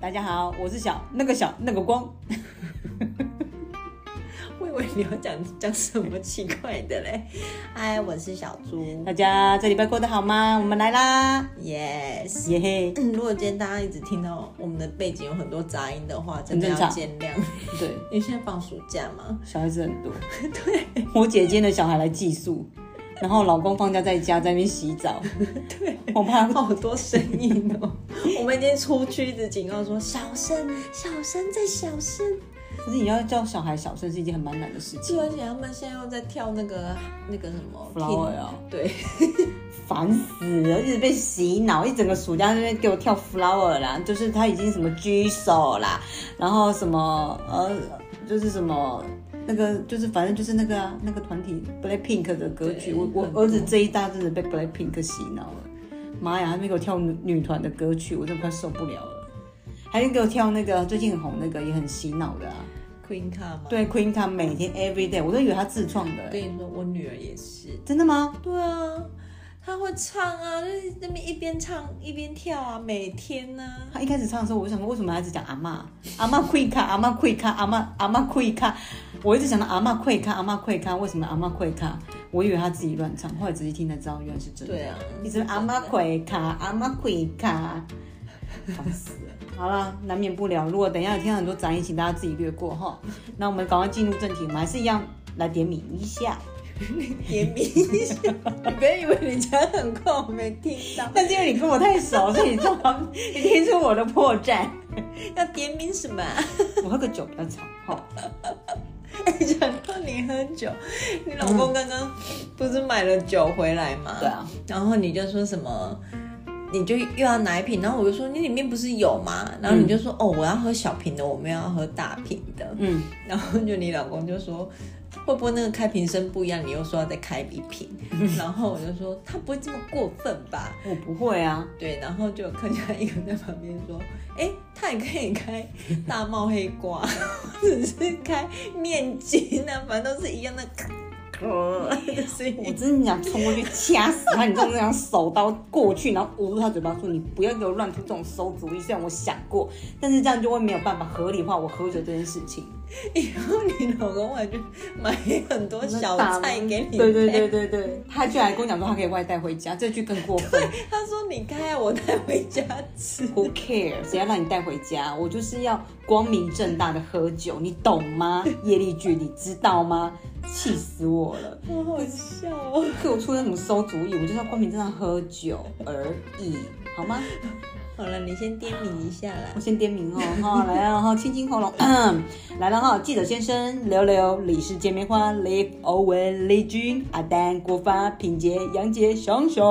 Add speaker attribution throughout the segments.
Speaker 1: 大家好，我是小那个小那个光。
Speaker 2: 我以为你要讲讲什么奇怪 的嘞。嗨，我是小猪
Speaker 1: 大。家这礼拜过得好吗？我们来啦，
Speaker 2: Yes。
Speaker 1: 耶嘿！
Speaker 2: 嗯，如果今天大家一直听到我们的背景有很多杂音的话，真的
Speaker 1: 很正
Speaker 2: 要
Speaker 1: 常
Speaker 2: 见谅。
Speaker 1: 对，
Speaker 2: 因为现在放暑假嘛，
Speaker 1: 小孩子很多。 对，我姐今天的小孩来寄宿，然后老公放假在家在那边洗澡。 对，我怕
Speaker 2: 好多声音 哦。我们已经出去一直警告说小声、小声再小声。
Speaker 1: 可是你要叫小孩小声是一件很蛮难的事情
Speaker 2: 对，，而且他们现在又在跳那个那个什么
Speaker 1: Flower 啊
Speaker 2: 对，
Speaker 1: 烦死了，一直被洗脑，一整个暑假在那边给我跳 flower 啦，就是他已经什么举手啦，然后什么呃，就是什么。那个就是反正就是那个啊，那个团体 Blackpink 的歌曲，
Speaker 2: 对
Speaker 1: 我我
Speaker 2: 很多
Speaker 1: 儿子这一大真的被 Blackpink 洗脑了，妈呀，他们给我跳女女团的歌曲，我真的快受不了了，还给我跳那个最近很红那个也很洗脑的啊，
Speaker 2: Queen Car 嘛。，
Speaker 1: 对 Queen 他每天 every day，我都以为他自创的、欸
Speaker 2: 我跟你说，我女儿也是。
Speaker 1: 真的吗？
Speaker 2: 对啊，她会唱啊，就是那边一边唱一边跳啊，每天呢、
Speaker 1: 他一开始唱的时候，我就想说，为什么他一直讲阿妈？阿妈溃卡，阿妈溃卡，阿妈阿妈溃卡。我一直想到阿妈溃卡，阿妈溃卡，为什么阿妈溃卡？我以为他自己乱唱，后来仔细听才知道原来是真的。
Speaker 2: 对啊
Speaker 1: 一直阿妈溃卡，阿妈溃卡，烦死了。好啦，难免不了。如果等一下有听到很多杂音，请大家自己略过哈。那我们赶快进入正题，我们还是一样来点名一下。
Speaker 2: 点名 一下。你不要以为你讲很快，我没听到。
Speaker 1: 但是因为你跟我太熟，所以你知道 你听出我的破绽。
Speaker 2: 要点名什么、啊？
Speaker 1: 我喝个酒比较吵哈。
Speaker 2: 讲到你喝酒，你老公刚刚不是买了酒回来吗？
Speaker 1: 对啊。
Speaker 2: 然后你就说什么？你就又要拿一瓶，然后我就说你里面不是有吗？然后你就说、哦，我要喝小瓶的，我们要喝大瓶的。
Speaker 1: 嗯。
Speaker 2: 然后就你老公就说，会不会那个开瓶声不一样？你又说要再开一 瓶，然后我就说他不会这么过分吧？
Speaker 1: 我不会啊，
Speaker 2: 对，然后就看见他一个人在旁边说，哎，他也可以开大帽黑瓜，或者是开面筋啊，反正都是一样的咔 咔的声
Speaker 1: 哦我
Speaker 2: 音。
Speaker 1: 真的想冲过去掐死他，你知道我想手刀过去，然后捂住他嘴巴说：“你不要给我乱出这种馊主意。”虽然我想过，但是这样就会没有办法合理化我喝酒这件事情。
Speaker 2: 以后你老公我就买很多小菜给你，
Speaker 1: 对对对，对对，他居然还跟我讲说他可以外带回家，这句更过 分。
Speaker 2: 他说你开啊，我带回家吃。
Speaker 1: Who care？谁要让你带回家？我就是要光明正大的喝酒，你懂吗？业力距离，知道吗？气死我了！
Speaker 2: 好好笑哦！
Speaker 1: 给我出那什么馊主意，我就是要光明正大喝酒而已，好吗？
Speaker 2: 好了，你先点名一下啦。
Speaker 1: 我先点名哦，哈，来了哈，清清喉咙，咳来了哈，记者先生、刘刘、李氏姐妹花、李欧文、李军、阿丹、国发、品杰、杨杰、熊熊。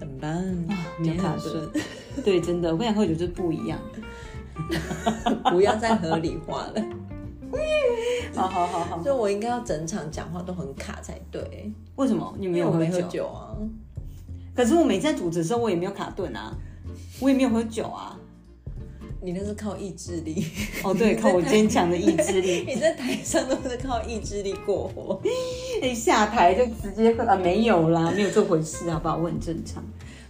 Speaker 2: 很棒
Speaker 1: 啊没有
Speaker 2: 没
Speaker 1: 卡
Speaker 2: 很
Speaker 1: 顿
Speaker 2: 顺，
Speaker 1: 对，真的，我想喝酒就是不一样。
Speaker 2: 不要再合理化了。
Speaker 1: 好好好好，
Speaker 2: 所以我应该要整场讲话都很卡才对，
Speaker 1: 为什么你
Speaker 2: 因
Speaker 1: 没
Speaker 2: 为
Speaker 1: 有
Speaker 2: 我
Speaker 1: 喝
Speaker 2: 没
Speaker 1: 酒？
Speaker 2: 喝酒啊。
Speaker 1: 可是我每次在主持的时候，我也没有卡顿啊，我也没有喝酒啊。
Speaker 2: 你那是靠意志 力，
Speaker 1: 哦，对，靠我坚强的意志力。
Speaker 2: 你在台上都是靠意志力过活。
Speaker 1: 一下台就直接喝啊，没有啦，没有这回事，好不好？我很正常。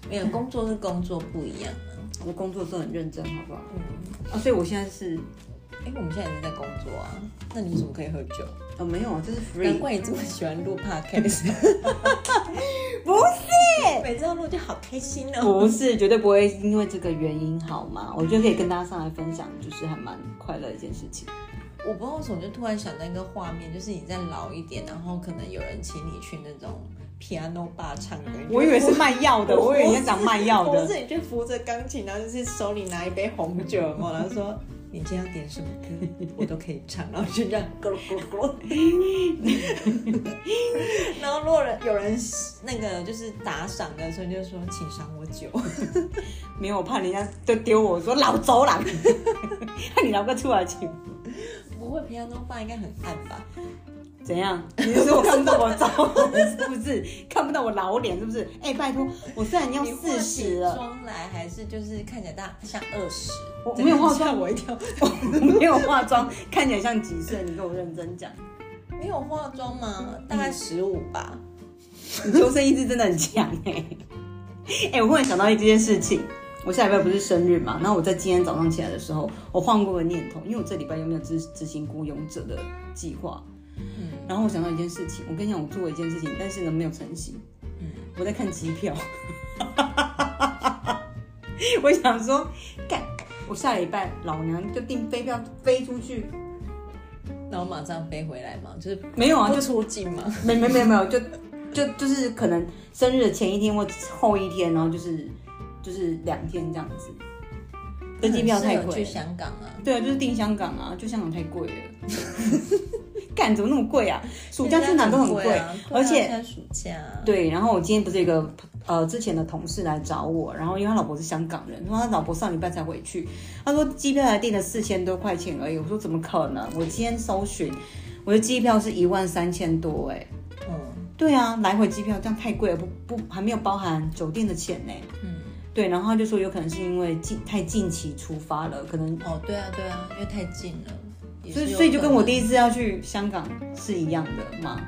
Speaker 2: 没有工作是工作不一样啊。
Speaker 1: 我的工作都很认真，好不好？啊，所以我现在是，
Speaker 2: 哎、我们现在也是在工作啊，那你怎么可以喝酒？
Speaker 1: 哦，没有啊，这是
Speaker 2: 难
Speaker 1: free，
Speaker 2: 怪你这么喜欢录 podcast，
Speaker 1: 不是，
Speaker 2: 每次要录就好开心哦。
Speaker 1: 不是，绝对不会因为这个原因，好吗？我觉得可以跟大家上来分享，就是还蛮快乐的一件事情。
Speaker 2: 我不知道为什么就突然想到一个画面，就是你再老一点，然后可能有人请你去那种 piano bar 唱 歌，
Speaker 1: 我以为是卖药的，我以为你要讲卖药
Speaker 2: 不
Speaker 1: 的，
Speaker 2: 是你 就扶着钢琴，然后就是手里拿一杯红酒嘛，然后说你今天要点什么歌，我都可以唱，然后就这样咕噜咕噜咕噜。然后如果有人那个就是打赏的时候，就说请赏我酒，
Speaker 1: 没有，我怕人家都丢我说老周啦，那你老哥出来请，
Speaker 2: 不会 piano 吧应该很暗吧？
Speaker 1: 怎样？你是说看不到我招红是 不是？看不到我老脸是不是？哎、拜托，我虽然要
Speaker 2: 你化
Speaker 1: 四
Speaker 2: 起
Speaker 1: 十了，
Speaker 2: 妆来还是就是看起来大像二十？
Speaker 1: 我没有化
Speaker 2: 吓
Speaker 1: 妆
Speaker 2: 我一跳，
Speaker 1: 没有化妆，看起来像几岁？你跟我认真讲。
Speaker 2: 没有化妆嘛，大概十五吧。
Speaker 1: 欸你求生意志真的很强哎、哎、我忽然想到一件事情，我下礼拜不是生日嘛，然后我在今天早上起来的时候，我换过个念头，因为我这礼拜又没有执执行孤勇者的计划，
Speaker 2: 嗯
Speaker 1: 然后我想到一件事情，我跟你讲，我做了一件事情，但是呢没有成型，
Speaker 2: 嗯，
Speaker 1: 我在看机票， 我想说，干，我下礼拜老娘就订飞票飞出去，
Speaker 2: 然后马上飞回来嘛，哦就是
Speaker 1: 没有啊，就
Speaker 2: 不出境嘛。
Speaker 1: 没没没没有，就就就是可能生日的前一天或后一天，然后就是就是两天这样子。嗯这机票太
Speaker 2: 很适合
Speaker 1: 贵
Speaker 2: 去
Speaker 1: 了，
Speaker 2: 香港啊，
Speaker 1: 对啊，就是订香港啊，就香港太贵 了。干怎么那么贵啊？暑假去哪都很贵，
Speaker 2: 对啊
Speaker 1: 而且
Speaker 2: 现在暑假啊
Speaker 1: 对，然后我今天不是有一个呃之前的同事来找我，然后因为他老婆是香港人，他说他老婆上礼拜才回去，他说机票才订了四千多块钱而已，我说怎么可能？我今天搜寻，我的机票是一万三千多哎、
Speaker 2: 嗯
Speaker 1: 对啊，来回机票这样太贵了，不不还没有包含酒店的钱呢。
Speaker 2: 嗯，
Speaker 1: 对，然后他就说有可能是因为近太近期出发了，可能
Speaker 2: 哦对啊对啊，因为太近了，也
Speaker 1: 所
Speaker 2: 是
Speaker 1: 以
Speaker 2: 有
Speaker 1: 所以就跟我第一
Speaker 2: 可
Speaker 1: 次要去香港是一样的嘛。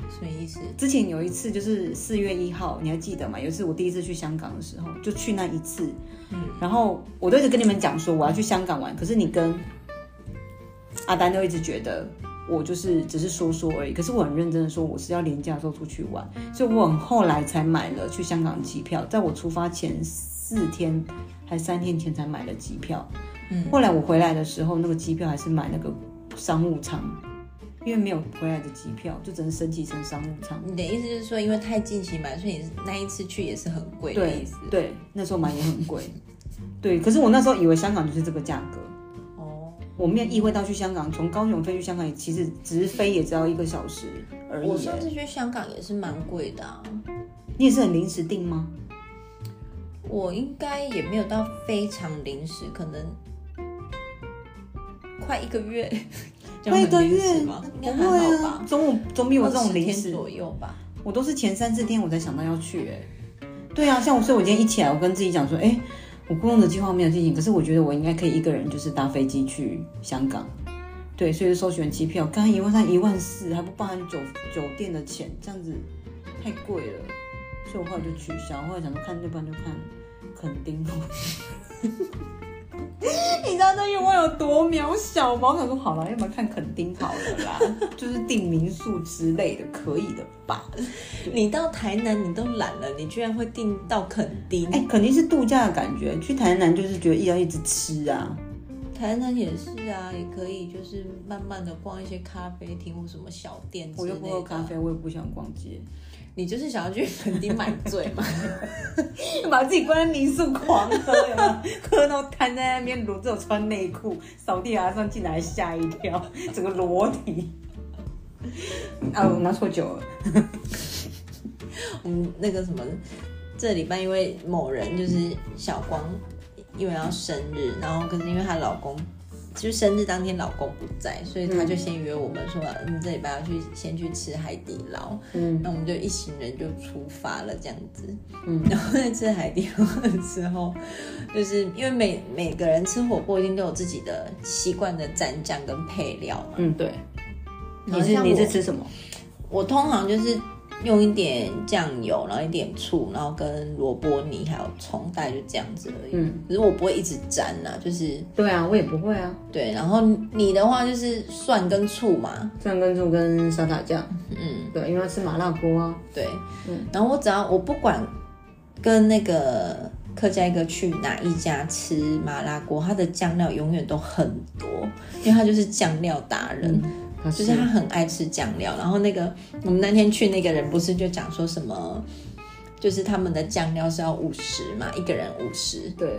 Speaker 2: 能什么意思？
Speaker 1: 之前有一次就是四月一号，你还记得吗？有一次我第一次去香港的时候，就去那一次，
Speaker 2: 嗯
Speaker 1: 然后我都一直跟你们讲说我要去香港玩，可是你跟阿丹都一直觉得我就是只是说说而已，可是我很认真的说我是要廉价的时候出去玩，所以我很后来才买了去香港的机票，在我出发前四天还三天前才买了机票，
Speaker 2: 嗯，
Speaker 1: 后来我回来的时候那个机票还是买那个商务舱，因为没有回来的机票，就只能升级成商务舱。
Speaker 2: 你的意思就是说，因为太近期买，所以你那一次去也是很贵的意
Speaker 1: 对
Speaker 2: 思。
Speaker 1: 对，那时候买也很贵，对。可是我那时候以为香港就是这个价格，
Speaker 2: 哦，
Speaker 1: 我没有意会到去香港，从高雄飞去香港，其实只是飞也只要一个小时而已
Speaker 2: 我上
Speaker 1: 耶。
Speaker 2: 次去香港也是蛮贵的、啊，
Speaker 1: 你也是很临时订吗？
Speaker 2: 我应该也没有到非常临时，可能快一个月， 这样
Speaker 1: 快一
Speaker 2: 很
Speaker 1: 个
Speaker 2: 临
Speaker 1: 月
Speaker 2: 时吗？应
Speaker 1: 不
Speaker 2: 该还
Speaker 1: 会
Speaker 2: 好
Speaker 1: 啊
Speaker 2: 吧，，
Speaker 1: 总我总比我这种
Speaker 2: 20
Speaker 1: 临
Speaker 2: 天
Speaker 1: 时，
Speaker 2: 左右吧。
Speaker 1: 我都是前三四天我才想到要去哎、对啊，像我，所以我今天一起来，我跟自己讲说，哎，我雇佣的计划没有进行，可是我觉得我应该可以一个人就是搭飞机去香港。对，所以就搜寻机票，刚刚一万三、一万四，还不包含酒酒店的钱，这样子太贵了，所以我后来就取消。后来想说看，要不然就看垦丁。 你知道这愿望有多渺小吗？我想说好了，要不然看垦丁好了啦，就是订民宿之类的，可以的吧？
Speaker 2: 你到台南你都懒了，你居然会订到垦丁？
Speaker 1: 哎、肯定是度假的感觉。去台南就是觉得要一直吃啊，
Speaker 2: 台南也是啊，也可以就是慢慢的逛一些咖啡厅或什么小店之
Speaker 1: 我
Speaker 2: 类
Speaker 1: 又
Speaker 2: 的。
Speaker 1: 不喝咖啡，我也不想逛街，
Speaker 2: 你就是想要去垦丁买醉嘛？
Speaker 1: 把自己关在民宿狂喝，有没有 喝到瘫在那边，裸只有穿内裤，扫地阿上进来吓一跳， 整个裸体。啊，我拿错酒了。
Speaker 2: 我们嗯那个什么，这礼拜因为某人就是小光，因为要生日，然后可是因为她老公就是生日当天老公不在，所以她就先约我们说，我们这礼拜要去先去吃海底捞，
Speaker 1: 嗯
Speaker 2: 那我们就一行人就出发了这样子。
Speaker 1: 嗯
Speaker 2: 然后在吃海底捞的时候，就是因为每每个人吃火锅一定都有自己的习惯的蘸酱跟配料嘛，
Speaker 1: 嗯，对。
Speaker 2: 然后
Speaker 1: 你是
Speaker 2: 像
Speaker 1: 你是
Speaker 2: 我
Speaker 1: 吃什么？
Speaker 2: 我通常就是用一点酱油，然后一点醋，然后跟萝卜泥还有葱，大概就这样子而已。
Speaker 1: 嗯
Speaker 2: 可是我不会一直沾啦、就是
Speaker 1: 对啊，我也不会啊，
Speaker 2: 对。然后你的话就是蒜跟醋嘛，
Speaker 1: 蒜跟醋跟沙茶酱。
Speaker 2: 嗯，
Speaker 1: 对，因为要吃麻辣锅啊。
Speaker 2: 对。然后我只要我不管跟那个客家一哥去哪一家吃麻辣锅，他的酱料永远都很多，因为他就是酱料达人。
Speaker 1: 可
Speaker 2: 就是他很爱吃酱料。然后那个我们那天去那个人不是就讲说什么，就是他们的酱料是要五十嘛，一个人五十。
Speaker 1: 对，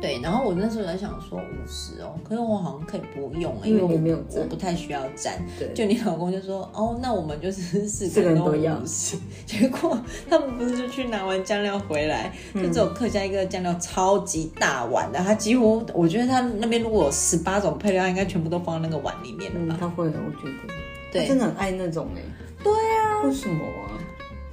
Speaker 2: 对，然后我那时候在想说五十哦，可是我好像可以不用，
Speaker 1: 嗯
Speaker 2: 因为我
Speaker 1: 你没有蘸
Speaker 2: 我不太需要蘸。
Speaker 1: 对
Speaker 2: 就你老公就说哦，那我们就是四
Speaker 1: 四个
Speaker 2: 个人
Speaker 1: 人
Speaker 2: 都
Speaker 1: 都要
Speaker 2: 五十。 结果他们不是就去拿完酱料回来，
Speaker 1: 嗯
Speaker 2: 就只有客家一个酱料超级大碗的，他几乎我觉得他那边如果有十八种配料，他应该全部都放在那个碗里面了
Speaker 1: 嗯
Speaker 2: 吧。，
Speaker 1: 他会的，我觉得。
Speaker 2: 对
Speaker 1: 他真的很爱那种哎、
Speaker 2: 对
Speaker 1: 啊。为什么啊？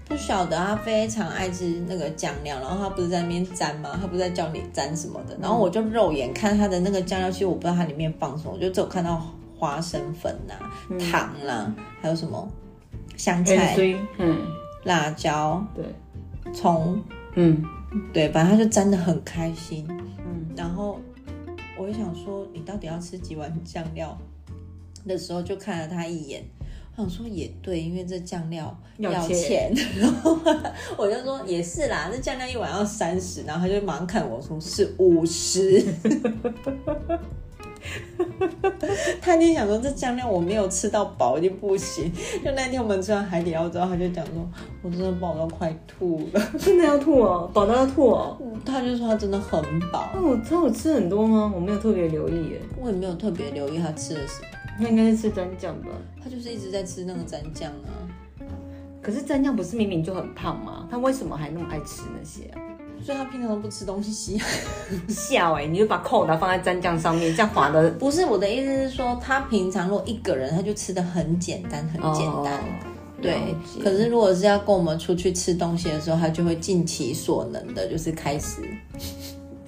Speaker 2: 不晓得他非常爱吃那个酱料，然后他不是在那边沾吗？他不是在叫你沾什么的，然后我就肉眼看他的那个酱料，其实我不知道它里面放什么，我就只有看到花生粉呐、糖啦、还有什么
Speaker 1: 哎
Speaker 2: 香菜、
Speaker 1: 嗯，
Speaker 2: 辣椒、
Speaker 1: 对，
Speaker 2: 葱，
Speaker 1: 嗯，
Speaker 2: 对，反正他就粘的很开心。
Speaker 1: 嗯，
Speaker 2: 然后我就想说，你到底要吃几碗酱料的时候，就看了他一眼。我想说也对，因为这酱料
Speaker 1: 要
Speaker 2: 钱， 然后我就说也是啦，这酱料一碗要三十，然后他就马上看我说是五十， 他一定想说这酱料我没有吃到饱已经不行。就那天我们吃完海底捞之后，他就讲说，我真的饱到快吐了。
Speaker 1: 真的要吐哦，饱到要吐哦。
Speaker 2: 他就说他真的很饱，
Speaker 1: 那我他有吃很多吗？我没有特别留意耶，
Speaker 2: 我也没有特别留意他吃了什么。
Speaker 1: 那应该是吃蘸酱吧。
Speaker 2: 他就是一直在吃那个蘸酱啊，
Speaker 1: 可是蘸酱不是明明就很胖吗？他为什么还那么爱吃那些、啊？
Speaker 2: 所以他平常都不吃东西。啊
Speaker 1: 笑哎、你就把扣打放在蘸酱上面，这样划的
Speaker 2: 不是我的意思是说，他平常如果一个人，他就吃的很简单， 很简单。
Speaker 1: 哦
Speaker 2: 对，可是如果是要跟我们出去吃东西的时候，他就会尽其所能的，就是开始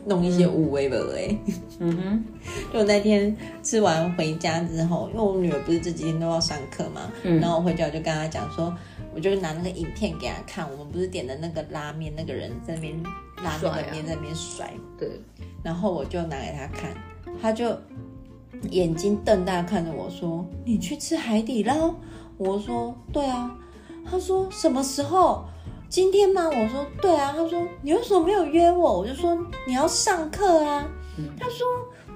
Speaker 2: 弄一些无微不微。
Speaker 1: 嗯哼，
Speaker 2: 就那天吃完回家之后，因为我女儿不是这几天都要上课嘛，
Speaker 1: 嗯
Speaker 2: 然后我回家我就跟她讲说，我就拿那个影片给她看，我们不是点的那个拉面，那个人在那边拉那
Speaker 1: 甩
Speaker 2: 个
Speaker 1: 啊
Speaker 2: 面在那边甩，
Speaker 1: 对，
Speaker 2: 然后我就拿给他看，他就眼睛瞪大看着我说：“你去吃海底捞？”我说：“对啊。”他说：“什么时候？今天吗？”我说：“对啊。”他说：“你为什么没有约我？”我就说：“你要上课啊。
Speaker 1: 嗯
Speaker 2: 他说：“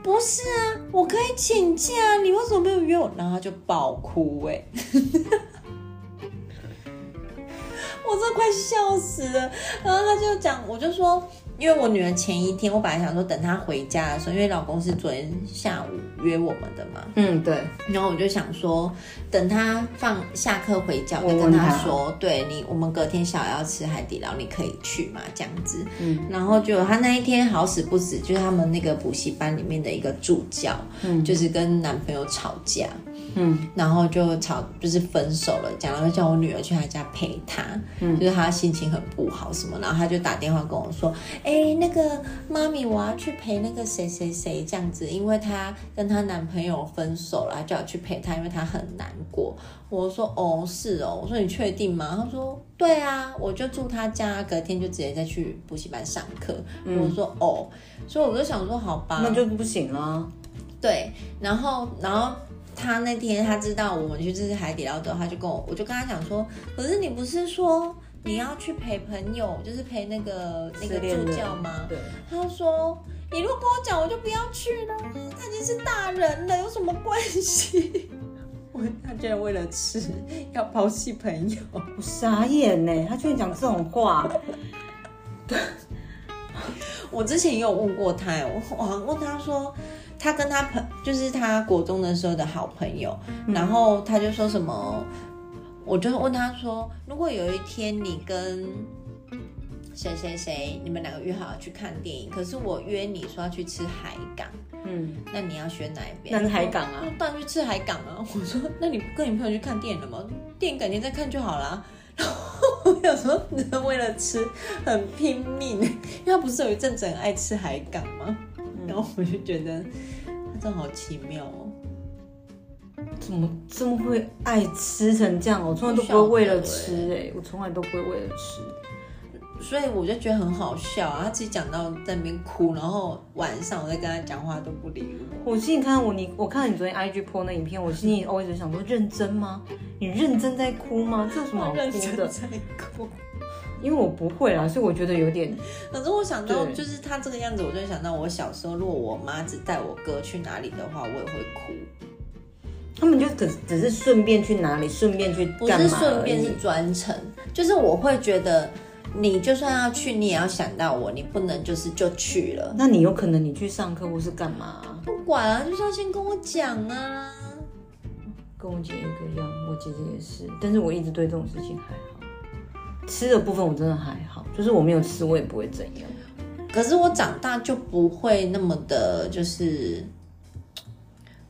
Speaker 2: 不是啊，我可以请假啊，你为什么没有约我？”然后他就爆哭哎、 我真的快笑死了。然后他就讲，我就说，因为我女儿前一天，我本来想说等她回家的时候，因为老公是昨天下午约我们的嘛，
Speaker 1: 嗯对，
Speaker 2: 然后我就想说，等她放下课回家，我再
Speaker 1: 我
Speaker 2: 跟
Speaker 1: 问她
Speaker 2: 她说，对你，我们隔天下午要吃海底捞，你可以去嘛，这样子。
Speaker 1: 嗯
Speaker 2: 然后就她那一天好死不死，就是他们那个补习班里面的一个助教，
Speaker 1: 嗯
Speaker 2: 就是跟男朋友吵架，
Speaker 1: 嗯
Speaker 2: 然后就吵，就是分手了，这样，然后叫我女儿去她家陪她，
Speaker 1: 嗯
Speaker 2: 就是她心情很不好什么，然后她就打电话跟我说，哎、那个妈咪，我要去陪那个谁谁谁这样子，因为她跟她男朋友分手了，她叫我去陪她，因为她很难过。我说哦，是哦，我说你确定吗？她说对啊，我就住她家，隔天就直接再去补习班上课。我说哦，所以我就想说好吧，
Speaker 1: 嗯那就不行了。
Speaker 2: 对，然后然后他那天他知道我们去吃海底捞之后，他就跟我，我就跟他讲说，可是你不是说你要去陪朋友，就是陪那个那个
Speaker 1: 失恋
Speaker 2: 助
Speaker 1: 人
Speaker 2: 教吗？
Speaker 1: 对，
Speaker 2: 他说。你如果跟我讲，我就不要去了。他已经是大人了，有什么关系？ 我他居然为了吃要抛弃朋友，
Speaker 1: 我傻眼呢，他居然讲这种话。
Speaker 2: 我之前也有问过他，我我好像问他说，他跟他朋就是他国中的时候的好朋友，然后他就说什么，我就问他说，如果有一天你跟谁谁谁，你们两个约好要去看电影，可是我约你说要去吃海港，
Speaker 1: 嗯，
Speaker 2: 那你要选哪一边？
Speaker 1: 那是海港啊
Speaker 2: 那当然去吃海港啊！ 我说，那你不跟你朋友去看电影了吗？电影改天再看就好啦。 然后我有时候真的为了吃很拼命， 因为他不是有一阵子很爱吃海港吗？
Speaker 1: 嗯
Speaker 2: 然后我就觉得他真的好奇妙哦。
Speaker 1: 怎么这么会爱吃成这样？我从来都不会为了吃哎，我从来都不会为了吃。
Speaker 2: 所以我就觉得很好笑啊！他自己讲到在那边哭，然后晚上我在跟他讲话都不理我。
Speaker 1: 我心里看我你，我看你昨天 IG 播那影片，我心里 always 想说，认真吗？你认真在哭吗？这有什么好
Speaker 2: 我 认
Speaker 1: 哭
Speaker 2: 真
Speaker 1: 的？
Speaker 2: 在哭。
Speaker 1: 因为我不会啦，所以我觉得有点
Speaker 2: 可是我想到，
Speaker 1: 对
Speaker 2: 就是他这个样子，我就想到我小时候，如果我妈只带我哥去哪里的话，我也会哭。
Speaker 1: 他们就只只是顺便去哪里，顺便去
Speaker 2: 不
Speaker 1: 干嘛
Speaker 2: 是顺便，
Speaker 1: 而已
Speaker 2: 是专程，就是我会觉得，你就算要去，你也要想到我，你不能就是就去了，
Speaker 1: 那你有可能你去上课或是干嘛啊、
Speaker 2: 不管啊，就是要先跟我讲啊。
Speaker 1: 跟我姐一个样，我姐姐也是，但是我一直对这种事情还好。吃的部分我真的还好，就是我没有吃我也不会怎样。
Speaker 2: 可是我长大就不会那么的，就是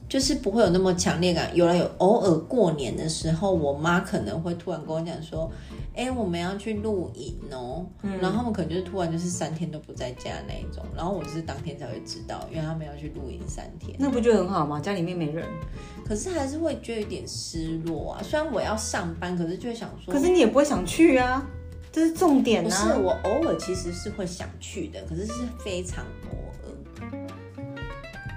Speaker 2: 就是不会有那么强烈感。有了有偶尔过年的时候，我妈可能会突然跟我讲说：“哎、我们要去露营哦。然后他们可能就是突然就是三天都不在家那一种，然后我是当天才会知道，因为他们要去露营三天。
Speaker 1: 那不就很好吗？家里面没人，
Speaker 2: 可是还是会觉得有点失落啊。虽然我要上班，可是就会想说，
Speaker 1: 可是你也不会想去啊。这是重点
Speaker 2: 不
Speaker 1: 啊。
Speaker 2: 是，我偶尔其实是会想去的，可是是非常偶尔。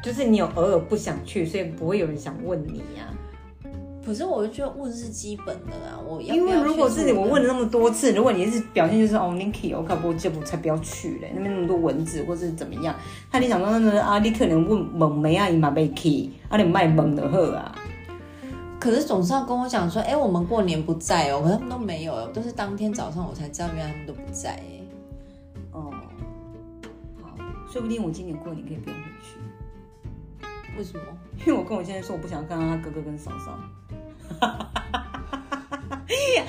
Speaker 1: 就是你有偶尔不想去，所以不会有人想问你啊呀、
Speaker 2: 可是我就觉得问是基本的啊，我要
Speaker 1: 因
Speaker 2: 不
Speaker 1: 为
Speaker 2: 要
Speaker 1: 如果
Speaker 2: 去
Speaker 1: 是
Speaker 2: 日
Speaker 1: 你，我
Speaker 2: 本
Speaker 1: 问了那么多次，如果你是表现就是哦 n i k i 我靠，我这不才不要去嘞，那边那么多蚊子或是怎么样，那你想说那个啊，你可能问猛梅啊，伊嘛被去，啊你卖猛的喝啊，
Speaker 2: 可是总是要跟我讲说，哎、我们过年不在哦，可是他们都没有哦，都是当天早上我才知道，原来他们都不在哎。
Speaker 1: 哦，好，说不定我今年过年可以不用回去，
Speaker 2: 为什么？
Speaker 1: 因为我跟我现在说我不想看到他哥哥跟嫂嫂。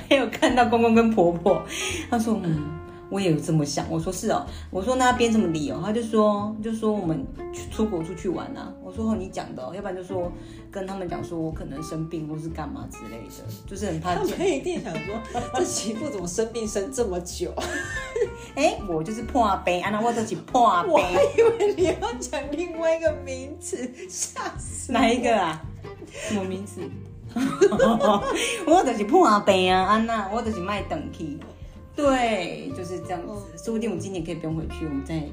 Speaker 1: 还有看到公公跟婆婆，他说嗯，我也有这么想。我说是哦，我说那编什么理由？他就说就说我们去出国出去玩啊。我说哦你讲的、哦，要不然就说跟他们讲说我可能生病或是干嘛之类的，就是很怕
Speaker 2: 他
Speaker 1: 见。
Speaker 2: 们一定想说，这媳妇怎么生病生这么 久？
Speaker 1: 哎，我就是破杯，啊那我就是破啊
Speaker 2: 我
Speaker 1: 杯
Speaker 2: 还，以为你要讲另外一个名词，吓死我！
Speaker 1: 哪一个啊？什么名字？ 我就是破杯啊，安娜，我就是卖等去。对，就是这样子。说不定我今年可以不用回去，我们哦再。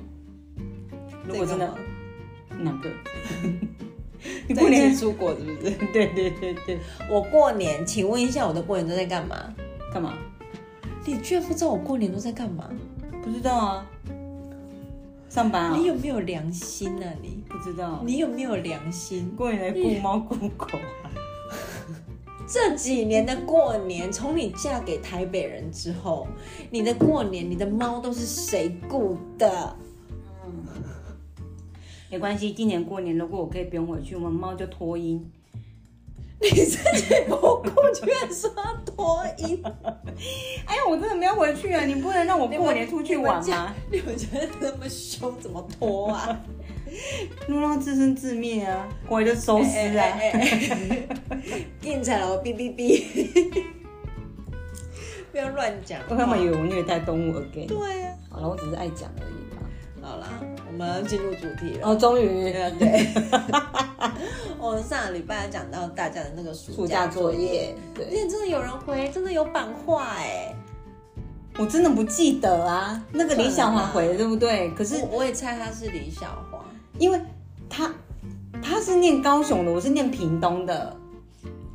Speaker 1: 如果真的
Speaker 2: 这个吗
Speaker 1: 哪个？ 你过
Speaker 2: 过年
Speaker 1: 年？
Speaker 2: 出国是不是？
Speaker 1: 对对对对，
Speaker 2: 我过年，请问一下我的过年都在干嘛？
Speaker 1: 干嘛？
Speaker 2: 你居然不知道我过年都在干嘛？
Speaker 1: 不知道啊，上班啊
Speaker 2: 你？有没有良心啊你？
Speaker 1: 不知道。
Speaker 2: 你有没有良心？
Speaker 1: 过年来顾猫顾狗啊？
Speaker 2: 这几年的过年，从你嫁给台北人之后，你的过年，你的猫都是谁雇的？
Speaker 1: 没关系，今年过年如果我可以不用回去，我们猫就脱音。
Speaker 2: 你自己不顾，居然说要脱衣，
Speaker 1: 哎呀，我真的没有回去啊！你不能让我过年出去玩
Speaker 2: 你们
Speaker 1: 吗
Speaker 2: 家？你们觉得那么凶，怎么脱 啊？
Speaker 1: 如让自生自灭啊，我就收
Speaker 2: 哎
Speaker 1: 尸啊！
Speaker 2: 哎哎哎应采了，哔哔哔， 不要乱讲。
Speaker 1: 我干嘛以为我虐待动物 again？
Speaker 2: 对啊，
Speaker 1: 好了，我只是爱讲而已啦。
Speaker 2: 好啦，我们要进入主题了。
Speaker 1: 哦，终于，
Speaker 2: 对，我们哦上个礼拜讲到大家的那个暑
Speaker 1: 暑假作，业，
Speaker 2: 而
Speaker 1: 对
Speaker 2: 且真的有人回，真的有版画哎、
Speaker 1: 我真的不记得啊，那个李小华回的对不对？可是
Speaker 2: 我我也猜他是李小华，
Speaker 1: 因为他他是念高雄的，我是念屏东的，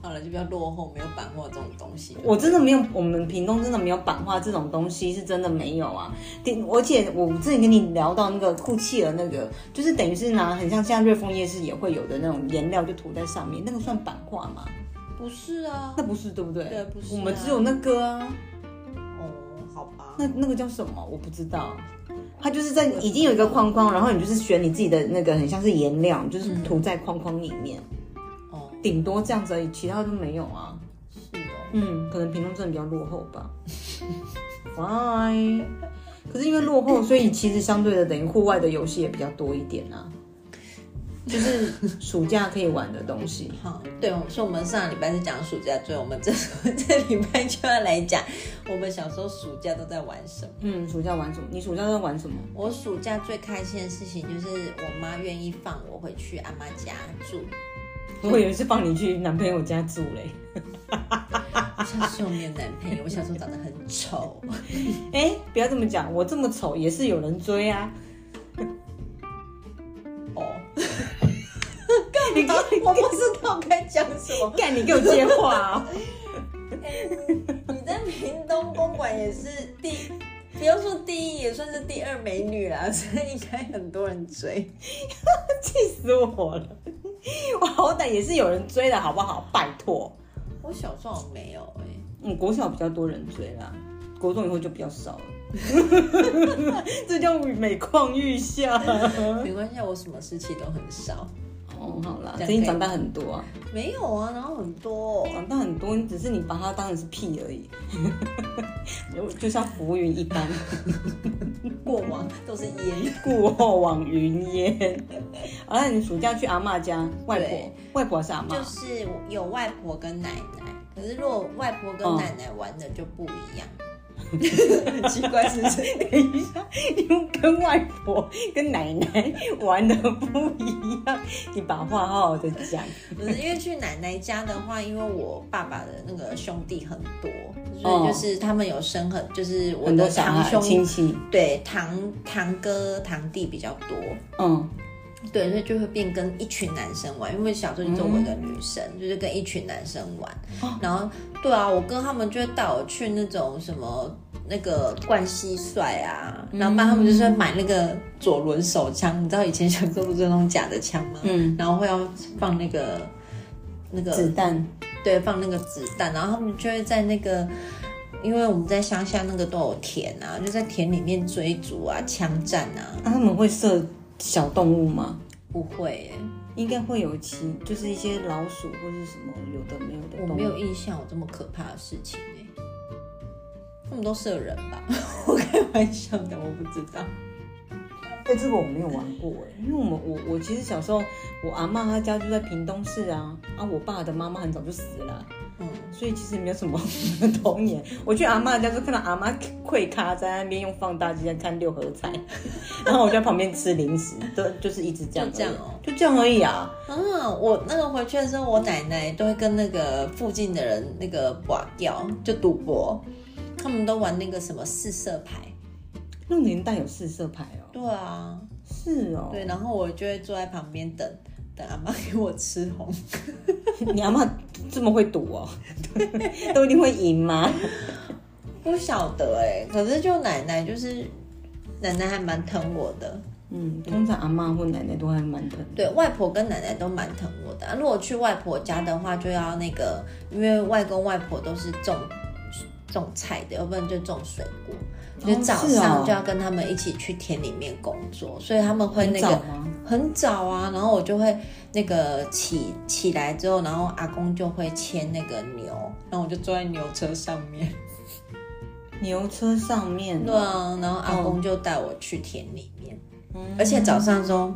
Speaker 2: 好了，就比较落后，没有版画这种东西。
Speaker 1: 我真的没有，我们屏东真的没有版画这种东西，是真的没有啊。顶而且我之前跟你聊到那个库契尔那个，就是等于是拿很像现在瑞丰夜市也会有的那种颜料，就涂在上面，那个算版画吗？
Speaker 2: 不是啊，
Speaker 1: 那不是对不对？
Speaker 2: 对不是啊
Speaker 1: 我们只有那个啊，
Speaker 2: 哦，好吧，
Speaker 1: 那那个叫什么？我不知道。它就是在已经有一个框框，然后你就是选你自己的那个，很像是颜料，你就是涂在框框里面，
Speaker 2: 哦，
Speaker 1: 顶多这样子而已，其他都没有啊。
Speaker 2: 是哦，
Speaker 1: 嗯，可能屏东真的比较落后吧。Why？可是因为落后，所以其实相对的，等于户外的游戏也比较多一点啊，就是暑假可以玩的东 西。
Speaker 2: 好，对，所以我们上个礼拜是讲暑假作业，我们这 这礼拜就要来讲我们小时候暑假都在玩什么。
Speaker 1: 嗯，暑假玩什么？你暑假在玩什么？
Speaker 2: 我暑假最开心的事情就是我妈愿意放我回去阿妈家住，
Speaker 1: 我以为是放你去男朋友家住嘞。
Speaker 2: 我小时候没有男朋友，我小时候长得很丑，
Speaker 1: 哎、不要这么讲，我这么丑也是有人追啊。
Speaker 2: 哦， 干嘛？ 我不知道该讲什 么。
Speaker 1: 干，你给我接话、 哦！
Speaker 2: 哎你在屏东公馆也是第，不要说第一，也算是第二美女啦， 所以应该很多人追。
Speaker 1: 气死我了！ 我好歹也是有人追的好不好？拜托。
Speaker 2: 我小时候没有哎、
Speaker 1: 嗯，国小比较多人追啦，国中以后就比较少了。 这叫每况愈下。
Speaker 2: 没关系，我什么事情都很少。
Speaker 1: 哦，好啦，
Speaker 2: 这样可
Speaker 1: 最
Speaker 2: 以
Speaker 1: 近长大很多啊，
Speaker 2: 没有啊，然后很多、哦
Speaker 1: 长大很多，你只是你把它当成是屁而已， 就就像浮云一般，
Speaker 2: 过往都是烟。
Speaker 1: 过后往云烟。 好啦，你暑假去阿嬷家，外婆
Speaker 2: 对，
Speaker 1: 外婆还是阿嬷，
Speaker 2: 就是嗯 有外婆跟奶奶，可是如果外婆跟奶奶玩的就不一样。很奇怪是不是？
Speaker 1: 等一下，因为跟外婆、跟奶奶玩的不一样，你把话好好的讲。
Speaker 2: 不是因为去奶奶家的话，因为我爸爸的那个兄弟很多，所
Speaker 1: 哦
Speaker 2: 以就是他们有生很，就是我
Speaker 1: 很多
Speaker 2: 的
Speaker 1: 小
Speaker 2: 堂
Speaker 1: 孩亲
Speaker 2: 兄，
Speaker 1: 戚，
Speaker 2: 对堂堂哥堂弟比较多，
Speaker 1: 嗯，
Speaker 2: 对，所以就会变跟一群男生玩。因为小时候就我一
Speaker 1: 嗯
Speaker 2: 个女生，就是跟一群男生玩。
Speaker 1: 哦
Speaker 2: 然后对啊，我哥他们就会带我去那种什么。那个灌蟋蟀啊，然后不然他们就是会
Speaker 1: 嗯
Speaker 2: 买那个左轮手枪，你知道以前小时候不是有那种假的枪吗？
Speaker 1: 嗯，
Speaker 2: 然后会要放那个那个
Speaker 1: 子弹，
Speaker 2: 对，放那个子弹，然后他们就会在那个，因为我们在乡下那个都有田啊，就在田里面追逐啊、枪战啊。
Speaker 1: 那、他们会射小动物吗？
Speaker 2: 不会耶、
Speaker 1: 应该会有其，就是一些老鼠或是什么有的没有的
Speaker 2: 我
Speaker 1: 动
Speaker 2: 没有
Speaker 1: 物。
Speaker 2: 印象有这么可怕的事情哎、他们都射人吧？ 我开玩笑的，我不知道。
Speaker 1: 哎、这个我没有玩过哎，因为我们我我其实小时候，我阿妈她家就在屏东市啊，啊，我爸的妈妈很早就死了啊、
Speaker 2: 嗯，
Speaker 1: 所以其实没有什么 童年。我去阿妈家就看到阿妈跪咖在那边用放大镜在看六合彩， 然后我就在旁边吃零食， 都就是一直这样，
Speaker 2: 就这样哦，
Speaker 1: 就这样而已啊。
Speaker 2: 啊，我那个回去的时候，我奶奶都会跟那个附近的人那个玩掉，就赌博，他们都玩那个什么四色牌。
Speaker 1: 那个年代有四色牌哦，
Speaker 2: 对啊，
Speaker 1: 是哦，
Speaker 2: 对，然后我就会坐在旁边等等阿妈 给我吃红。
Speaker 1: 你阿妈这么会赌哦， 都一定会赢吗？
Speaker 2: 不晓得哎、可是就奶奶就是奶奶还蛮疼我的，
Speaker 1: 嗯，通常阿妈或奶奶都还蛮疼的。
Speaker 2: 对外婆跟奶奶都蛮疼我的、啊。如果去外婆家的话，就要那个，因为外公外婆都是种种菜的，要不然就种水果。就
Speaker 1: 哦
Speaker 2: 早
Speaker 1: 是哦
Speaker 2: 上就要跟他们一起去田里面工作，所以他们会
Speaker 1: 很
Speaker 2: 那
Speaker 1: 早
Speaker 2: 个
Speaker 1: 吗？
Speaker 2: 很早啊，然后我就会那个起起来之后，然后阿公就会牵那个牛，然后我就坐在牛车上面。
Speaker 1: 牛车上面、
Speaker 2: 对，啊，然后阿公就带我去田里面，
Speaker 1: 嗯
Speaker 2: 而且早上的时候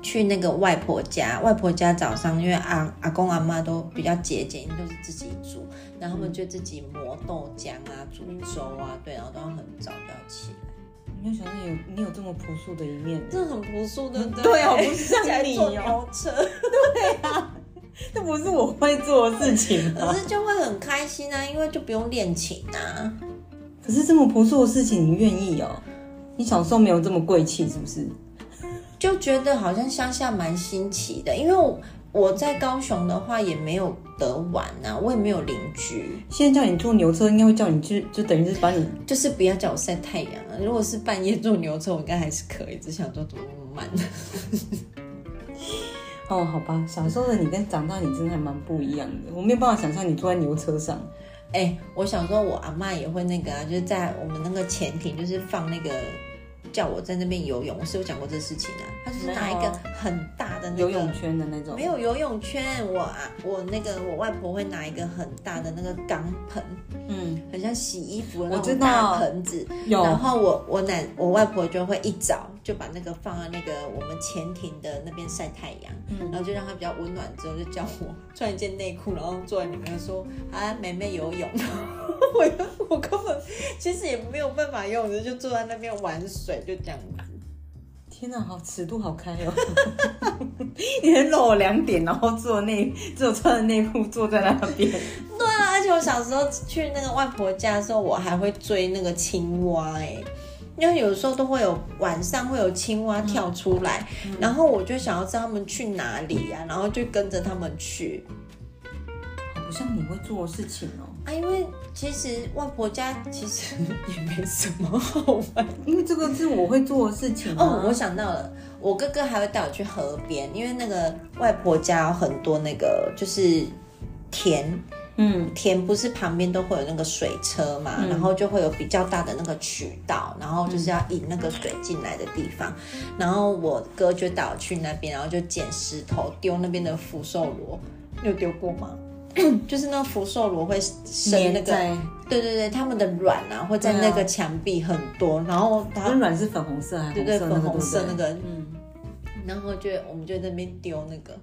Speaker 2: 去那个外婆家，外婆家早上因为阿阿公阿妈都比较节俭，都是自己煮，然后他们就自己磨豆浆啊、煮粥啊，对，然后都要很早就要起来，
Speaker 1: 没有想到有你有这么朴素的一面，
Speaker 2: 嗯 这很朴素，对不对？
Speaker 1: 对好不像
Speaker 2: 起来
Speaker 1: 你
Speaker 2: 坐
Speaker 1: 哦
Speaker 2: 牛车，
Speaker 1: 这不是我会做的事情吗
Speaker 2: 可？是就会很开心啊，因为就不用练琴啊。
Speaker 1: 可是这么朴素的事情，你愿意哦？你小时候没有这么贵气，是不是？
Speaker 2: 就觉得好像乡下蛮新奇的，因为我我在高雄的话也没有得玩啊，我也没有邻居，
Speaker 1: 现在叫你坐牛车，应该会叫你去，就等于是把你
Speaker 2: 就是不要叫我晒太阳啊。如果是半夜坐牛车，我应该还是可以，只想说怎么那么慢。
Speaker 1: 哦，好吧，小时候的你跟长大你真的还蛮不一样的。我没有办法想象你坐在牛车上，
Speaker 2: 哎、我小时候我阿妈也会那个啊，就是在我们那个潜艇，就是放那个。叫我在那边游泳，我是有讲过这事情啊。他就是拿一
Speaker 1: 没有
Speaker 2: 个
Speaker 1: 啊
Speaker 2: 很大的、那个、
Speaker 1: 游泳圈的那种，
Speaker 2: 没有游泳圈，我啊，我那个我外婆会拿一个很大的那个钢盆，
Speaker 1: 嗯，
Speaker 2: 很像洗衣服的
Speaker 1: 我
Speaker 2: 那
Speaker 1: 知
Speaker 2: 种
Speaker 1: 道
Speaker 2: 大盆子，
Speaker 1: 有
Speaker 2: 然后我我奶我外婆就会一早就把那个放在那个我们前庭的那边晒太阳，
Speaker 1: 嗯
Speaker 2: 然后就让它比较温暖，之后就叫我 穿一件内裤，然后坐在里面说啊，妹妹游泳。 我就我根本其实也没有办法游泳，就坐在那边玩水，就这样子。
Speaker 1: 天哪，好尺度好开哦！ 你很露我两点，然后坐内，只有穿着内裤坐在那边，
Speaker 2: 对啊，而且我小时候去那个外婆家的时候，我还会追那个青蛙哎、因为有时候都会有晚上会有青蛙跳出来，然后我就想要知道他们去哪里呀、然后就跟着他们去
Speaker 1: 好不像你会做的事情哦。
Speaker 2: 啊。因为其实外婆家其实也没什么好玩
Speaker 1: 因为这个是我会做的事情、啊、
Speaker 2: 哦。我想到了，我哥哥还会带我去河边，因为那个外婆家有很多那个就是田，
Speaker 1: 嗯，
Speaker 2: 田不是旁边都会有那个水车嘛，然后就会有比较大的那个渠道，然后就是要引那个水进来的地方。然后我哥就带我去那边，然后就捡石头丢那边的福寿螺，你有丢过 吗？就是那福寿螺会生
Speaker 1: 粘
Speaker 2: 那个，
Speaker 1: 在，
Speaker 2: 对对对，它们的卵啊会在那
Speaker 1: 对
Speaker 2: 个
Speaker 1: 啊
Speaker 2: 墙壁很多，然后 它
Speaker 1: 温软是粉红色还是
Speaker 2: 对
Speaker 1: 红
Speaker 2: 对
Speaker 1: 色那个？嗯
Speaker 2: 粉红色
Speaker 1: 对不对
Speaker 2: 那个，
Speaker 1: 嗯，
Speaker 2: 然后就我们就在那边丢那个，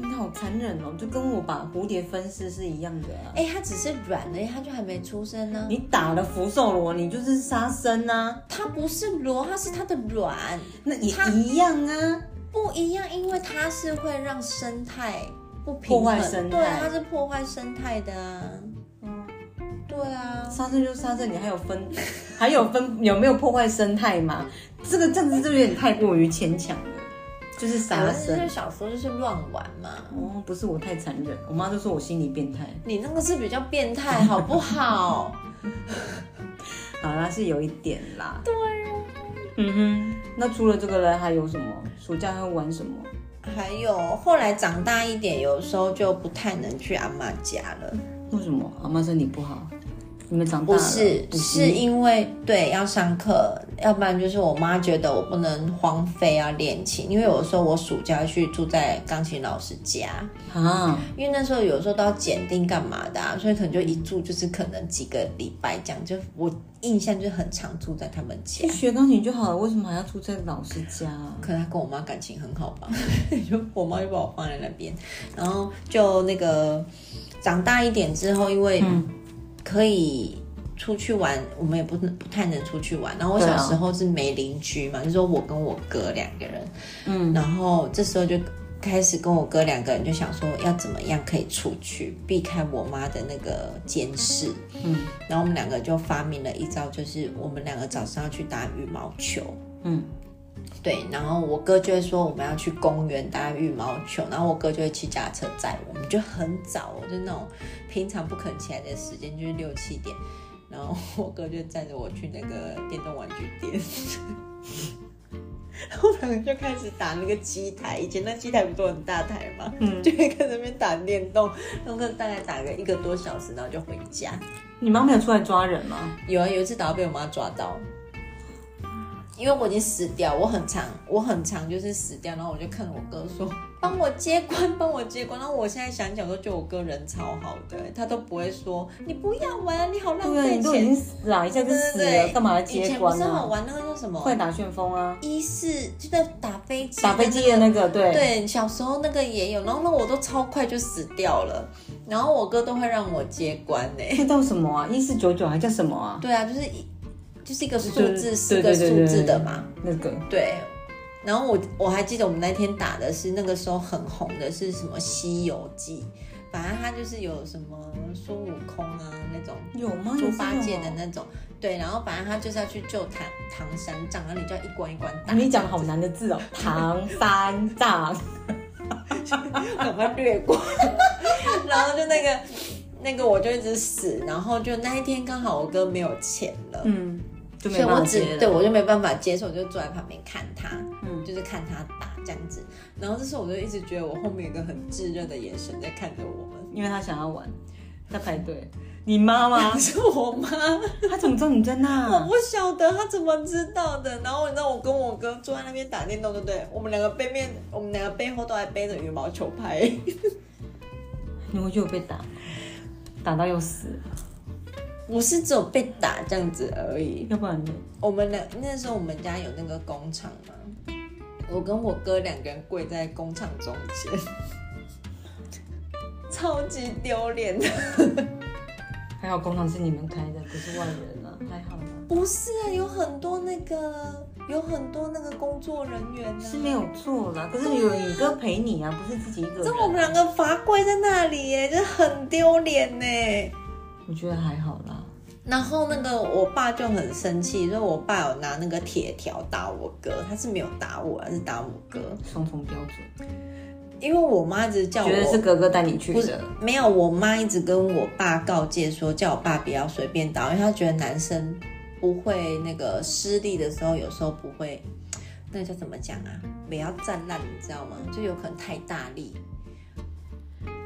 Speaker 1: 你好残忍哦，就跟我把蝴蝶分尸是一样的啊、
Speaker 2: 哎、他只是软而已，他就还没出生呢、
Speaker 1: 你打了福寿螺，你就是杀生啊，
Speaker 2: 它不是螺，它是它的卵，
Speaker 1: 那也
Speaker 2: 它
Speaker 1: 一样啊。
Speaker 2: 不一样，因为它是会让生态不平
Speaker 1: 破
Speaker 2: 衡，
Speaker 1: 坏生态嗯
Speaker 2: 对，啊它是破坏生态的啊。对啊，
Speaker 1: 杀生就杀生，你还有分， 还有分有没有破坏生态嘛？这个这样子就有点太过于牵强了，就是杀
Speaker 2: 我
Speaker 1: 生
Speaker 2: 就是。小时候就是乱玩嘛。
Speaker 1: 哦，不是我太残忍，我妈就说我心理变态。
Speaker 2: 你那个是比较变态，好 不好？
Speaker 1: 好啦，是有一点啦。对啊嗯哼，那除了这个呢，还有什么？暑假还会玩什么？
Speaker 2: 还有后来长大一点，有时候就不太能去阿妈家了。
Speaker 1: 为什么阿妈身体不好？你们长大
Speaker 2: 不
Speaker 1: 了？
Speaker 2: 是，
Speaker 1: 补习
Speaker 2: 是因为对要上课，要不然就是我妈觉得我不能荒废啊练琴，因为有时候我暑假去住在钢琴老师家，
Speaker 1: 啊，
Speaker 2: 因为那时候有时候都要检定干嘛的、啊，所以可能就一住就是可能几个礼拜这样，就我印象就是很常住在他们
Speaker 1: 去。
Speaker 2: 家
Speaker 1: 学钢琴就好了，为什么还要住在老师家啊？
Speaker 2: 可能他跟我妈感情很好吧， 就我妈就把我放在那边，然后就那个长大一点之后，因为可以出去玩，我们也不能不太能出去玩。然后我
Speaker 1: 对
Speaker 2: 小
Speaker 1: 啊
Speaker 2: 时候是没邻居嘛，就说我跟我哥两个人，嗯，然后这时候就开始跟我哥两个人就想说要怎么样可以出去，避开我妈的那个监视，嗯，然后我们两个就发明了一招，就是我们两个早上要去打羽毛球，
Speaker 1: 嗯，
Speaker 2: 对，然后我哥就会说我们要去公园打羽毛球，然后我哥就会骑脚踏车载我们，就很早，哦就那种平常不肯起来的时间，就是六七点，然后我哥就载着我去那个电动玩具店。 然后我们就开始打那个机台，以前那机台不都很大台吗？嗯，就会在那边打电动，然后跟大概打个一个多小时，然后就回家。
Speaker 1: 你妈没有出来抓人吗？
Speaker 2: 有啊，有一次打到被我妈抓到，因为我已经死掉，我很长，我很长就是死掉，然后我就看我哥说帮我接关，帮我接关。然后我现在想想，我都觉得我哥人超好的、他都不会说你不要玩，你好浪
Speaker 1: 对啊，
Speaker 2: 费
Speaker 1: 你都已
Speaker 2: 钱。
Speaker 1: 经死了，一下就
Speaker 2: 对
Speaker 1: 死
Speaker 2: 对
Speaker 1: 了，
Speaker 2: 对，
Speaker 1: 干嘛来
Speaker 2: 以
Speaker 1: 接啊
Speaker 2: 前不
Speaker 1: 关
Speaker 2: 是好
Speaker 1: 呢？
Speaker 2: 玩那个叫什么？
Speaker 1: 快打旋风啊！
Speaker 2: 一四就在打飞机，
Speaker 1: 打飞机的那个，对，
Speaker 2: 对，小时候那个也有，然后那我都超快就死掉了，然后我哥都会让我接关呢、
Speaker 1: 那叫什么啊？一四九九还叫什么啊？
Speaker 2: 对啊，就是一就是一个数
Speaker 1: 就是
Speaker 2: 字
Speaker 1: 对
Speaker 2: 四个
Speaker 1: 对对
Speaker 2: 数
Speaker 1: 对
Speaker 2: 字的嘛。
Speaker 1: 那个
Speaker 2: 对。然后我我还记得我们那天打的是那个时候很红的是什么《西游记》，反正它就是有什么孙悟空啊那种
Speaker 1: 有吗？
Speaker 2: 猪
Speaker 1: 有
Speaker 2: 八戒
Speaker 1: 这
Speaker 2: 的
Speaker 1: 种
Speaker 2: 那种，对，然后反正他就是要去救唐唐三藏，然后你就要一关一关打
Speaker 1: 哦。你讲好难的字 哦，唐三藏。
Speaker 2: 赶快略过。然后就那个那个我就一直死，然后就那一天刚好我哥没有钱了，
Speaker 1: 嗯，就
Speaker 2: 所以
Speaker 1: 没
Speaker 2: 我
Speaker 1: 办法
Speaker 2: 只
Speaker 1: 接了。
Speaker 2: 对我就没办法接受，我就坐在旁边看他，
Speaker 1: 嗯
Speaker 2: 就是看他打这样子。然后这时候我就一直觉得我后面有一个很炙热的眼神在看着我们，
Speaker 1: 因为他想要玩，在排队。你妈妈
Speaker 2: 可， 是我妈，
Speaker 1: 她怎么知道你在
Speaker 2: 我
Speaker 1: 那？
Speaker 2: 不晓得她怎么知道的。然后你知道我跟我哥坐在那边打电动，对不对？我们两个背面，我们两个背后都还背着羽毛球拍。
Speaker 1: 你回去有被打，打到要死，
Speaker 2: 我是只有被打这样子而已。
Speaker 1: 要不然呢？
Speaker 2: 我们两那时候我们家有那个工厂嘛，我跟我哥两个人跪在工厂中间， 超级丢脸的。
Speaker 1: 还好工厂是你们开的，不是外人啊，还好啦。
Speaker 2: 不是啊，有很多那个有很多那个工作人员啊呢、
Speaker 1: 是没。有错啦，可是有你哥陪你啊，不是自己一个
Speaker 2: 这我们
Speaker 1: 人。
Speaker 2: 两个罚跪在那里耶，这很丢脸呢。
Speaker 1: 我觉得还好啦。
Speaker 2: 然后那个我爸就很生气，因为我爸有拿那个铁条打我哥，他是没有打我，他是打我哥，
Speaker 1: 双重标准，
Speaker 2: 因为我妈一直叫我
Speaker 1: 觉得是哥哥带你去
Speaker 2: 不是
Speaker 1: 的。
Speaker 2: 没有，我妈一直跟我爸告诫说，叫我爸不要随便打，因为她觉得男生不会那个失利的时候，有时候不会，那叫怎么讲啊？不要站烂，你知道吗？就有可能太大力。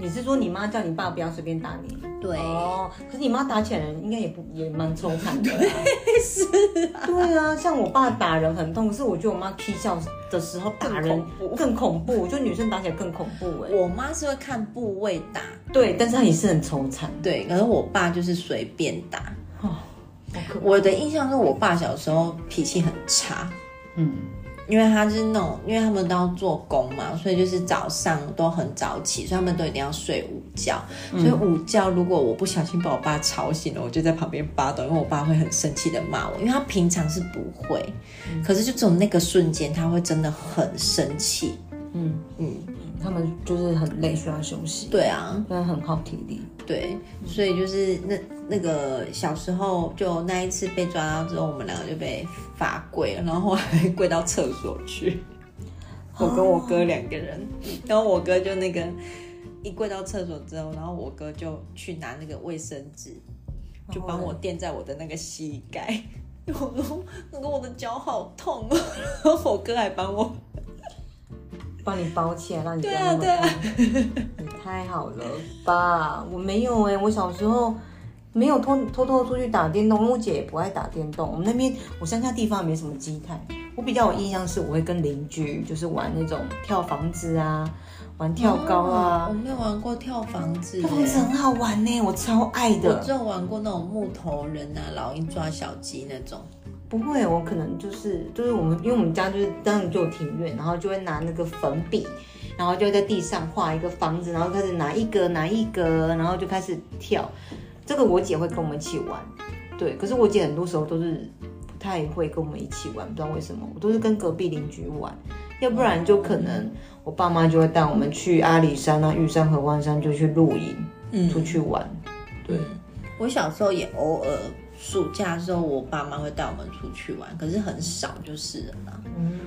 Speaker 1: 你是说你妈叫你爸不要随便打你？
Speaker 2: 对，
Speaker 1: 哦，可是你妈打起来人应该也不也蛮抽惨的、 对，是、啊，对啊，像我爸打人很痛，可是我觉得我妈踢笑的时候打人更恐怖，就女生打起来更恐怖哎、
Speaker 2: 我妈是会看部位打，
Speaker 1: 对，但是她也是很抽惨，
Speaker 2: 对，可是我爸就是随便打。
Speaker 1: 哦，好可怕
Speaker 2: 我的印象是我爸小时候脾气很差，
Speaker 1: 嗯，
Speaker 2: 因为他是那种，因为他们都要做工嘛，所以就是早上都很早起，所以他们都一定要睡午觉。所以午觉如果我不小心把我爸吵醒了，我就在旁边发抖，因为我爸会很生气的骂我，因为他平常是不会，可是就只有那个瞬间他会真的很生气。
Speaker 1: 嗯，
Speaker 2: 嗯，
Speaker 1: 他们就是很累，需要休息，
Speaker 2: 对啊，
Speaker 1: 但很耗体力。
Speaker 2: 对，所以就是那那个小时候就那一次被抓到之后，我们两个就被罚跪了，然后还跪到厕所去，
Speaker 1: 啊
Speaker 2: 我跟我哥两个人，然后我哥就那个一跪到厕所之后，然后我哥就去拿那个卫生纸，就帮我垫在我的那个膝盖， 我说那个我的脚好痛哦， 然后我哥还帮我，
Speaker 1: 帮你包起来，让你不
Speaker 2: 对
Speaker 1: 要
Speaker 2: 啊
Speaker 1: 那么
Speaker 2: 对啊，
Speaker 1: 你太好了吧？我没有哎、我小时候没有偷偷偷出去打电动，因为我姐也不爱打电动。我们那边我乡下地方没什么机台，我比较有印象是我会跟邻居就是玩那种跳房子啊，玩跳高啊，
Speaker 2: 哦我没有玩过跳房子耶，
Speaker 1: 跳房子很好玩呢、欸我超爱
Speaker 2: 我
Speaker 1: 的。
Speaker 2: 只有玩过那种木头人啊，老鹰抓小鸡那种。
Speaker 1: 不会，我可能就是就是我们，因为我们家就是当然就有庭院，然后就会拿那个粉笔，然后就会在地上画一个房子，然后开始拿一格拿一格，然后就开始跳。这个我姐会跟我们一起玩，对。可是我姐很多时候都是不太会跟我们一起玩，不知道为什么，我都是跟隔壁邻居玩，要不然就可能我爸妈就会带我们去阿里山啊、玉山、合欢山，就去露营，出去玩。
Speaker 2: 对，我小时候也偶尔暑假的时候，我爸妈会带我们出去玩，可是很少就是了啦。
Speaker 1: 嗯，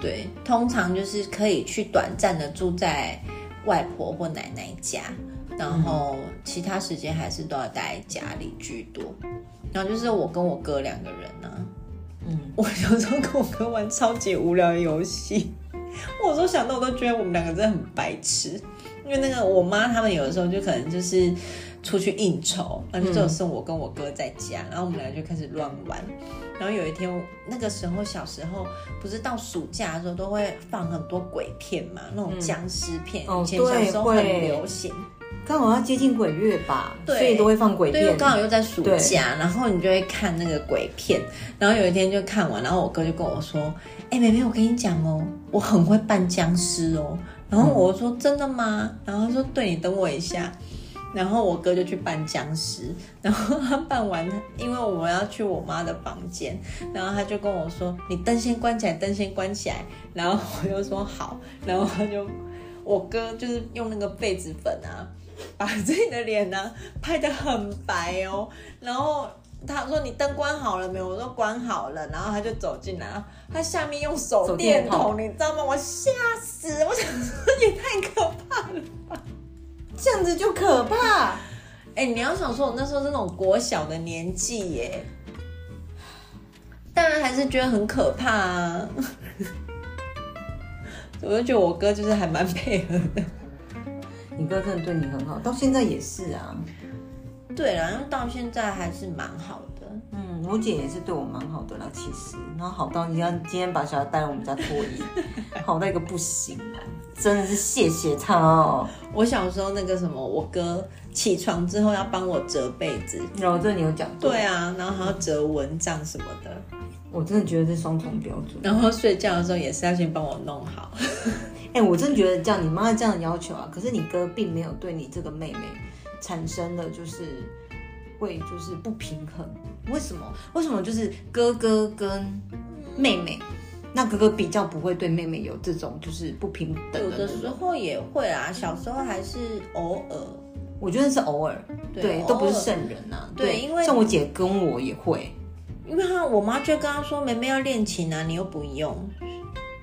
Speaker 2: 对，通常就是可以去短暂的住在外婆或奶奶家，然后其他时间还是都要待在家里居多。然后就是我跟我哥两个人呢、
Speaker 1: 嗯
Speaker 2: 嗯，我有时候跟我哥玩超级无聊的游戏，我有时候想到我都觉得我们两个真的很白痴。因为那个我妈他们有的时候就可能就是出去应酬，然后就
Speaker 1: 嗯
Speaker 2: 只有剩我跟我哥在家，然后我们俩就开始乱玩。然后有一天，那个时候小时候不是到暑假的时候都会放很多鬼片嘛，那种僵尸片，
Speaker 1: 嗯哦
Speaker 2: 以前小时候
Speaker 1: 对会
Speaker 2: 很流行。
Speaker 1: 刚好要接近鬼月吧，
Speaker 2: 对
Speaker 1: 所以都会放鬼
Speaker 2: 对，因为
Speaker 1: 片。
Speaker 2: 刚好又在暑假，然后你就会看那个鬼片，然后有一天就看完，然后我哥就跟我说：“哎、妹妹，我跟你讲哦，我很会扮僵尸
Speaker 1: 嗯
Speaker 2: 哦。”然后我说：“真的吗？”然后他说：“对，你等我一下。”然后我哥就去扮僵尸，然后他扮完，因为我们要去我妈的房间，然后他就跟我说：“你灯先关起来，灯先关起来。”然后我就说：“好。”然后他就，我哥就是用那个痱子粉啊，把自己的脸呢、拍得很白哦。然后他说：“你灯关好了没有？”我说：“关好了。”然后他就走进来，然后他下面用手
Speaker 1: 手
Speaker 2: 电
Speaker 1: 电
Speaker 2: 筒，
Speaker 1: 筒
Speaker 2: 你知道吗？我吓死！我想说也太可怕了。
Speaker 1: 这样子就可怕。
Speaker 2: 哎、你要想说，我那时候是那种国小的年纪耶，当然还是觉得很可怕啊。 我就觉得我哥就是还蛮配合的。
Speaker 1: 你哥真的对你很好，到现在也是啊。
Speaker 2: 对啦，因为到现在还是蛮好的。
Speaker 1: 嗯，我姐也是对我蛮好的啦，其实，然后好到你看今天把小孩带来我们家脱 衣，好到一个不行啊，真的是谢谢她哦。
Speaker 2: 我小时候那个什么，我哥起床之后要帮我折被子，
Speaker 1: 然后这你有讲过，
Speaker 2: 对啊，然后还要折蚊帐什么的，
Speaker 1: 我真的觉得这双重标准。
Speaker 2: 然后睡觉的时候也是要先帮我弄好。
Speaker 1: 哎、我真的觉得这样，你妈这样的要求啊，可是你哥并没有对你这个妹妹产生的就是会就是不平衡，为什么？为什么就是哥哥跟妹妹，那哥哥比较不会对妹妹有这种就是不平等
Speaker 2: 有
Speaker 1: 的
Speaker 2: 的
Speaker 1: 那种
Speaker 2: 时候也会啦，小时候还是偶尔。
Speaker 1: 我觉得是偶尔，
Speaker 2: 对
Speaker 1: 对，
Speaker 2: 偶尔
Speaker 1: 都不是圣人呐、啊。
Speaker 2: 对因为
Speaker 1: 像我姐跟我也会，
Speaker 2: 因为他我妈就跟他说：“妹妹要练琴啊，你又不用。”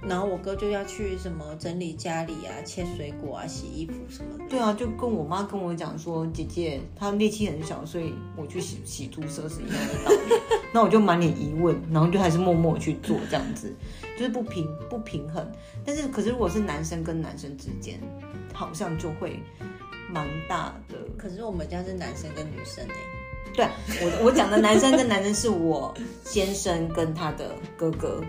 Speaker 2: 然后我哥就要去什么整理家里啊、切水果啊、洗衣服什么的。
Speaker 1: 对啊，就跟我妈跟我讲说，姐姐她力气很小，所以我去洗洗猪舍是一样的道理。 那我就满脸疑问，然后就还是默默去做这样子，就是不平不平衡。但是可是如果是男生跟男生之间，好像就会蛮大的。
Speaker 2: 可是我们家是男生跟女生欸
Speaker 1: 对啊我我讲的男生跟男生是我先生跟他的哥哥，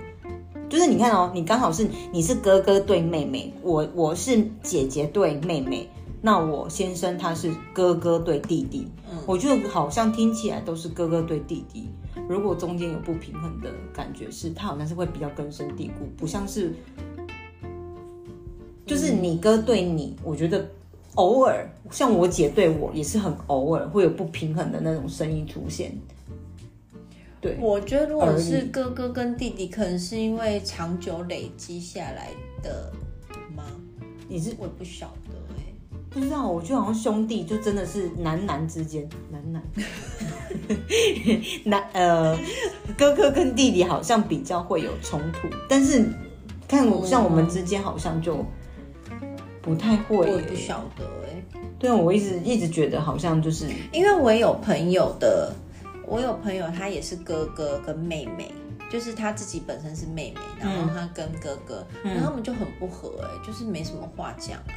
Speaker 1: 就是你看哦，你刚好是你是哥哥对妹妹，我我是姐姐对妹妹，那我先生他是哥哥对弟弟，我觉得好像听起来都是哥哥对弟弟。如果中间有不平衡的感觉是，他好像是会比较根深蒂固，不像是，就是你哥对你，我觉得偶尔像我姐对我也是很偶尔会有不平衡的那种声音出现。对，
Speaker 2: 我觉得如果
Speaker 1: 而
Speaker 2: 是
Speaker 1: 已
Speaker 2: 哥哥跟弟弟，可能是因为长久累积下来的吗？
Speaker 1: 你是
Speaker 2: 我也不晓得哎、
Speaker 1: 不知道，我觉得好像兄弟就真的是男男之间，男 男，男呃，哥哥跟弟弟好像比较会有冲突，但是看我
Speaker 2: 嗯
Speaker 1: 像我们之间好像就不太
Speaker 2: 我
Speaker 1: 会
Speaker 2: 也
Speaker 1: 耶。
Speaker 2: 不晓得哎、
Speaker 1: 对啊，我一直一直觉得好像就是
Speaker 2: 因为我有朋友的，我有朋友他也是哥哥跟妹妹，就是他自己本身是妹妹，然
Speaker 1: 嗯
Speaker 2: 后他跟哥哥，然后他们就很不合哎、就是没什么话讲啊，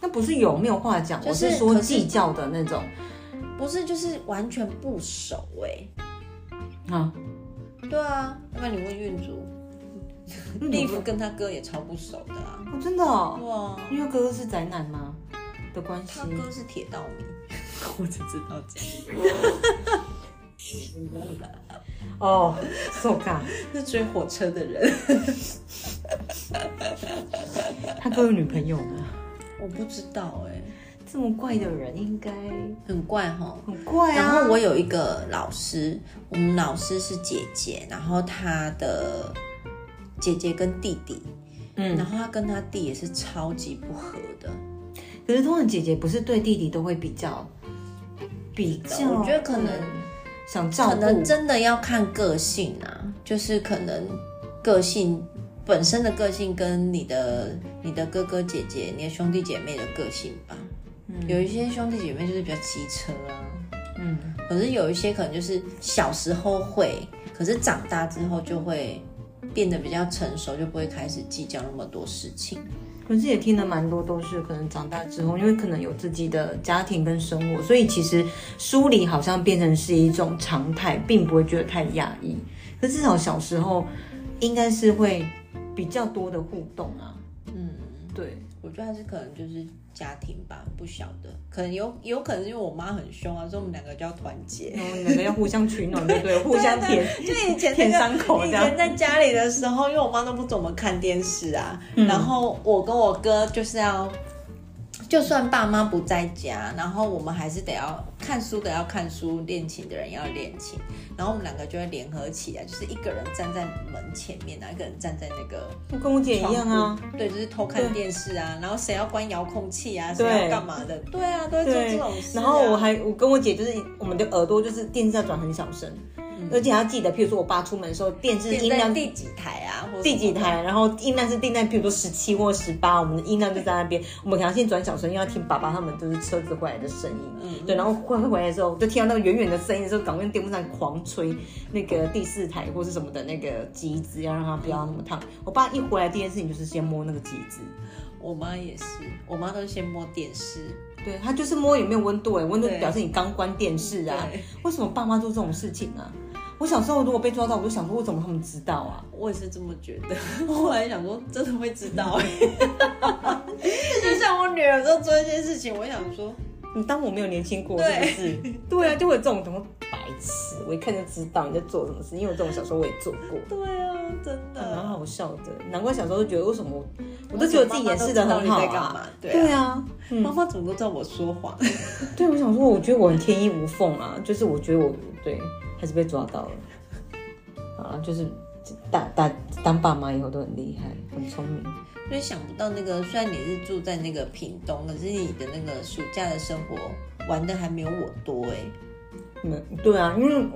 Speaker 1: 那不是有没有话讲，
Speaker 2: 就
Speaker 1: 我
Speaker 2: 是
Speaker 1: 是说
Speaker 2: 可是
Speaker 1: 计较的那种
Speaker 2: 不是就是完全不熟哎、
Speaker 1: 啊。
Speaker 2: 对啊，要不然你问运竹，立夫跟他哥也超不熟的啊，
Speaker 1: 哦真的、哦，
Speaker 2: 哇，
Speaker 1: 因为哥哥是宅男吗的关系
Speaker 2: 他，哥是铁道迷， 我只知道这样，
Speaker 1: 哦， 受感，
Speaker 2: 是追火车的人，
Speaker 1: 他哥有女朋友吗？
Speaker 2: 我不知道哎、
Speaker 1: 这么怪的人应该
Speaker 2: 很怪哈。
Speaker 1: 很怪啊。
Speaker 2: 然后我有一个老师，我们老师是姐姐，然后她的姐姐跟弟弟，
Speaker 1: 嗯
Speaker 2: 然后她跟她弟也是超级不合的。
Speaker 1: 可是通常姐姐不是对弟弟都会比较比较，嗯
Speaker 2: 我觉得可能
Speaker 1: 想照
Speaker 2: 可
Speaker 1: 顾，
Speaker 2: 能真的要看个性啊，就是可能个性本身的个性跟你的你的哥哥姐姐、你的兄弟姐妹的个性吧。有一些兄弟姐妹就是比较机车啊，
Speaker 1: 嗯，
Speaker 2: 可是有一些可能就是小时候会，可是长大之后就会变得比较成熟，就不会开始计较那么多事情。
Speaker 1: 可是也听了蛮多都是可能长大之后，因为可能有自己的家庭跟生活，所以其实疏离好像变成是一种常态，并不会觉得太压抑。可至少小时候应该是会比较多的互动啊，
Speaker 2: 嗯，
Speaker 1: 对，
Speaker 2: 我觉得还是可能就是家庭吧，不晓得，可能有有可能是因为我妈很凶啊，所以我们两个就要团结。
Speaker 1: 然后两个要互相取暖，对不对？互相
Speaker 2: 对
Speaker 1: 舔
Speaker 2: 啊，就以 前那个
Speaker 1: 舔伤 口这
Speaker 2: 以
Speaker 1: 样
Speaker 2: 前在家里的时候，因为我妈都不怎么看电视啊，
Speaker 1: 嗯
Speaker 2: 然后我跟我哥就是要，就算爸妈不在家，然后我们还是得要看书的要看书，练琴的人要练琴，然后我们两个就会联合起来，就是一个人站在门前面，啊然后一个人站在那个
Speaker 1: 我跟我姐一样啊，
Speaker 2: 窗户，对，就是偷看电视啊，然后谁要关遥控器啊，谁
Speaker 1: 对
Speaker 2: 要干嘛的，对啊，都会做这
Speaker 1: 对
Speaker 2: 种事啊、
Speaker 1: 然后我还我跟我姐就是我们的耳朵就是电视要转很小声，
Speaker 2: 嗯
Speaker 1: 而且还要记得，譬如说我爸出门的时候，电视音
Speaker 2: 定在
Speaker 1: 量
Speaker 2: 第几台啊，或者
Speaker 1: 第几
Speaker 2: 什么的
Speaker 1: 台，然后音量是定在譬如说十七或十八，我们的音量就在那边，我们可能先转小声，又要听爸爸他们就是车子回来的声音，
Speaker 2: 嗯
Speaker 1: 对，然后快快回来的时候，就听到那个远远的声音的时候，赶快用电风扇狂吹那个第四台或是什么的那个机子，要让它不要那么烫。我爸一回来第一件事情就是先摸那个机子。
Speaker 2: 我妈也是，我妈都是先摸电视，
Speaker 1: 对他就是摸有没有温度哎，温度
Speaker 2: 对
Speaker 1: 表示你刚关电视啊
Speaker 2: 对。
Speaker 1: 为什么爸妈做这种事情呢、啊？我小时候如果被抓到，我就想说，为什么他们知道啊？
Speaker 2: 我也是这么觉得。 我后来想说，真的会知道、欸， 就像我女儿都做一些事情，我也想说，
Speaker 1: 你当我没有年轻过是不
Speaker 2: 对
Speaker 1: 是？ 对啊，就会有这种什么白痴，我一看就知道你在做什么事，因为我这种小时候我也做过，
Speaker 2: 对啊，真
Speaker 1: 蛮
Speaker 2: 的。
Speaker 1: 好笑的。难怪小时候就觉得为什么我我都觉得我自己掩饰的很好
Speaker 2: 妈妈都知道你在干嘛
Speaker 1: 啊。
Speaker 2: 对啊
Speaker 1: 对啊，
Speaker 2: 妈妈怎么都知道我说谎，
Speaker 1: 对，我想说，我觉得我很天衣无缝啊，就是我觉得我对还是被抓到了。好了，就是打打当爸妈以后都很厉害，很聪明。
Speaker 2: 所以想不到那个，虽然你是住在那个屏东，可是你的那个暑假的生活玩的还没有我多哎、
Speaker 1: 嗯，对啊，因为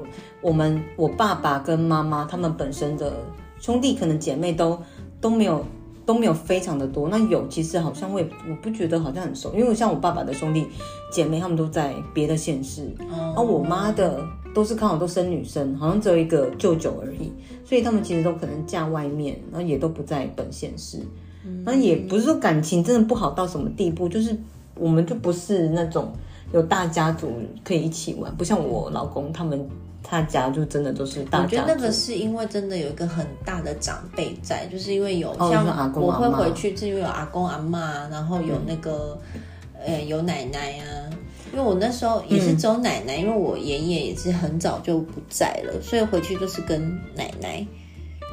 Speaker 1: 我们我爸爸跟妈妈他们本身的兄弟可能姐妹都都没有都没有非常的多，那有其实好像会我不觉得好像很熟，因为像我爸爸的兄弟姐妹他们都在别的县市，
Speaker 2: 哦
Speaker 1: 然后我妈的都是刚好都生女生，好像只有一个舅舅而已，所以他们其实都可能嫁外面，然后也都不在本县市，那也不是说感情真的不好到什么地步，就是我们就不是那种有大家族可以一起玩，不像我老公他们他家就真的都是大
Speaker 2: 我觉
Speaker 1: 家
Speaker 2: 得那
Speaker 1: 族
Speaker 2: 个是因为真的有一个很大的长辈在，就是因为有
Speaker 1: 哦
Speaker 2: 像
Speaker 1: 你说阿公
Speaker 2: 我会
Speaker 1: 阿嬷嗯
Speaker 2: 啊回去，是因为有阿公阿妈，然后有那个、呃有奶奶啊，因为我那时候也
Speaker 1: 嗯
Speaker 2: 是只有奶奶，因为我爷爷也是很早就不在了，所以回去就是跟奶奶。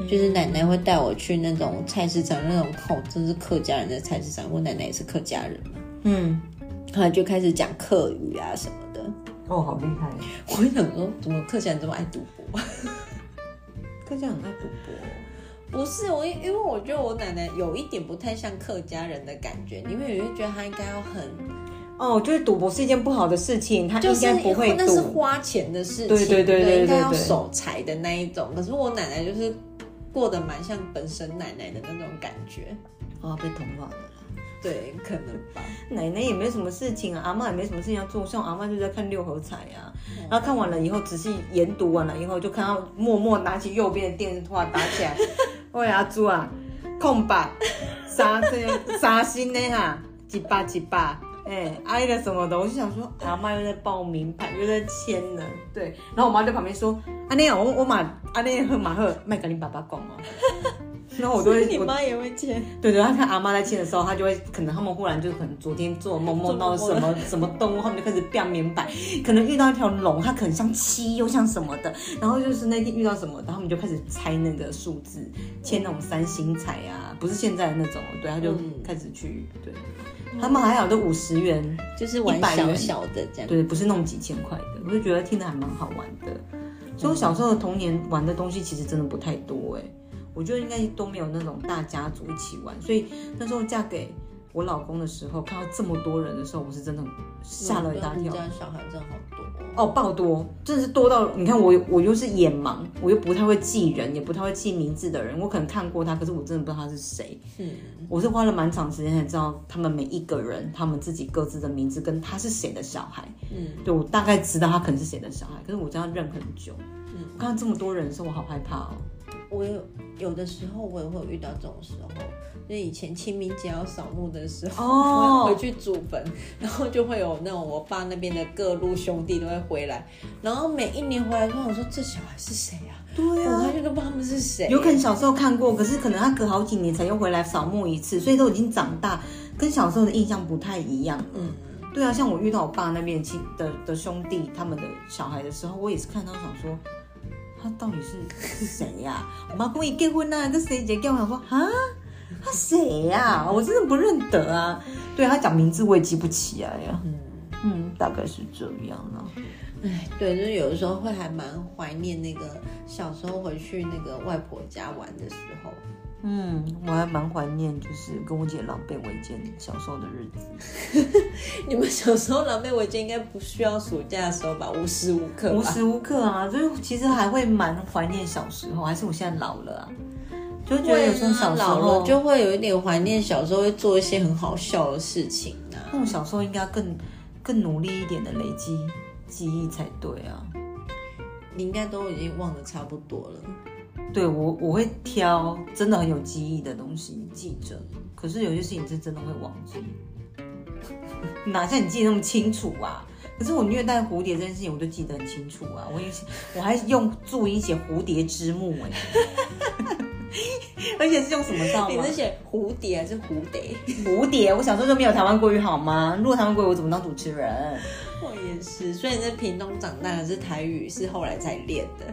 Speaker 2: 就是奶奶会带我去那种菜市场，那种看我真是客家人的菜市场。我奶奶也是客家人嘛，
Speaker 1: 嗯，
Speaker 2: 然后就开始讲客语啊什么的。
Speaker 1: 哦，好厉害，
Speaker 2: 我会想说，怎么客家人这么爱赌博？
Speaker 1: 客家很爱赌博，
Speaker 2: 不是我，因为我觉得我奶奶有一点不太像客家人的感觉，因为我就觉得她应该要很，
Speaker 1: 哦，就是赌博是一件不好的事情，他
Speaker 2: 就
Speaker 1: 应
Speaker 2: 是
Speaker 1: 该不会
Speaker 2: 那是
Speaker 1: 赌，
Speaker 2: 花钱的事情，
Speaker 1: 对对对对对
Speaker 2: 应该要
Speaker 1: 对
Speaker 2: 守财的那一种。可是我奶奶就是过得蛮像本身奶奶的那种感觉，
Speaker 1: 哦，被同化了啦。
Speaker 2: 对，可能吧。
Speaker 1: 奶奶也没什么事情啊，阿嬷也没什么事情要做，像我阿嬷就在看六合彩啊，
Speaker 2: 嗯
Speaker 1: 然后看完了以后，仔细研读完了以后，就看到默默拿起右边的电话打起 来，喂阿朱啊，空白，三这个三星的哈，几把几把。哎，挨了什么的，我就想说，阿妈又在报名牌，又在签了，对。然后我妈在旁边说：“阿内哦，我我马阿内和马赫麦跟你爸爸讲哦。”然后我都
Speaker 2: 所
Speaker 1: 会
Speaker 2: 以，你
Speaker 1: 我
Speaker 2: 妈也会签。
Speaker 1: 对对，他看阿妈在亲的时候，他就会可能他们忽然就可能昨天做梦
Speaker 2: 做
Speaker 1: 梦到
Speaker 2: 梦
Speaker 1: 什么什么动物，后面就开始变明白，可能遇到一条龙，它可能像七又像什么的，然后就是那天遇到什么，然后他们就开始猜那个数字，签那种三星彩啊，不是现在的那种，对，他就
Speaker 2: 嗯
Speaker 1: 开始去、对，他们还好都五十元，
Speaker 2: 就是玩
Speaker 1: 100
Speaker 2: 小
Speaker 1: 元
Speaker 2: 小的这样。
Speaker 1: 对，不是那种几千块的，我就觉得听的还蛮好玩的。所以我小时候的童年玩的东西其实真的不太多哎、我觉得应该都没有那种大家族一起玩。所以那时候嫁给我老公的时候，看到这么多人的时候，我是真的吓了一大
Speaker 2: 我们
Speaker 1: 跳。嗯
Speaker 2: 家小孩真的好多哦。
Speaker 1: 哦，爆多，真的是多到你看我，我又是眼盲，我又不太会记人，也不太会记名字的人。我可能看过他，可是我真的不知道他是谁。
Speaker 2: 嗯，
Speaker 1: 我是花了蛮长时间才知道他们每一个人，他们自己各自的名字跟他是谁的小孩。
Speaker 2: 嗯，
Speaker 1: 对我大概知道他可能是谁的小孩，可是我这样认很久。
Speaker 2: 嗯
Speaker 1: 我看到这么多人的时候，我好害怕哦。
Speaker 2: 我有有的时候我也会遇到这种时候，就以前清明节要扫墓的时候，
Speaker 1: 哦
Speaker 2: 我会回去祖坟，然后就会有那种我爸那边的各路兄弟都会回来，然后每一年回来跟我说这小孩是谁啊？
Speaker 1: 对
Speaker 2: 我完全都不知道他们是谁。
Speaker 1: 有可能小时候看过，可是可能他隔好几年才又回来扫墓一次，所以都已经长大，跟小时候的印象不太一样了。
Speaker 2: 嗯，
Speaker 1: 对啊，像我遇到我爸那边亲的的兄弟他们的小孩的时候，我也是看到想说，他到底是是谁呀、 我妈跟我一结婚啊，跟谁结结婚？我想说啊，他谁呀、我真的不认得啊。对啊他讲名字我也记不起来呀、嗯，大概是这样啊。
Speaker 2: 哎，对，就是有的时候会还蛮怀念那个小时候回去那个外婆家玩的时候。
Speaker 1: 嗯，我还蛮怀念，就是跟我姐狼狈为奸小时候的日子，
Speaker 2: 你们小时候狼狈为奸，应该不需要暑假的时候吧？无时无刻吧。
Speaker 1: 无时无刻啊，就是其实还会蛮怀念小时候，还是我现在老了啊，就觉得有时候小时
Speaker 2: 啊老
Speaker 1: 候
Speaker 2: 了就会有一点怀念小时候会做一些很好笑的事情啊。
Speaker 1: 那我小时候应该更更努力一点的累积记忆才对啊。
Speaker 2: 你应该都已经忘得差不多了。
Speaker 1: 对我我会挑真的很有记忆的东西记着，可是有些事情是真的会忘记， 哪像你记得那么清楚啊？可是我虐待蝴蝶这件事情，我就记得很清楚啊！我也是我还用注音写蝴蝶之墓哎、 而且是用什么道啊
Speaker 2: 你
Speaker 1: 吗
Speaker 2: 是？写蝴蝶还是蝴蝶？
Speaker 1: 蝴蝶，我小时候就没有台湾国语好吗？如果台湾国语，我怎么当主持人？
Speaker 2: 我也是，所以你在屏东长大的是台语，是后来才练的。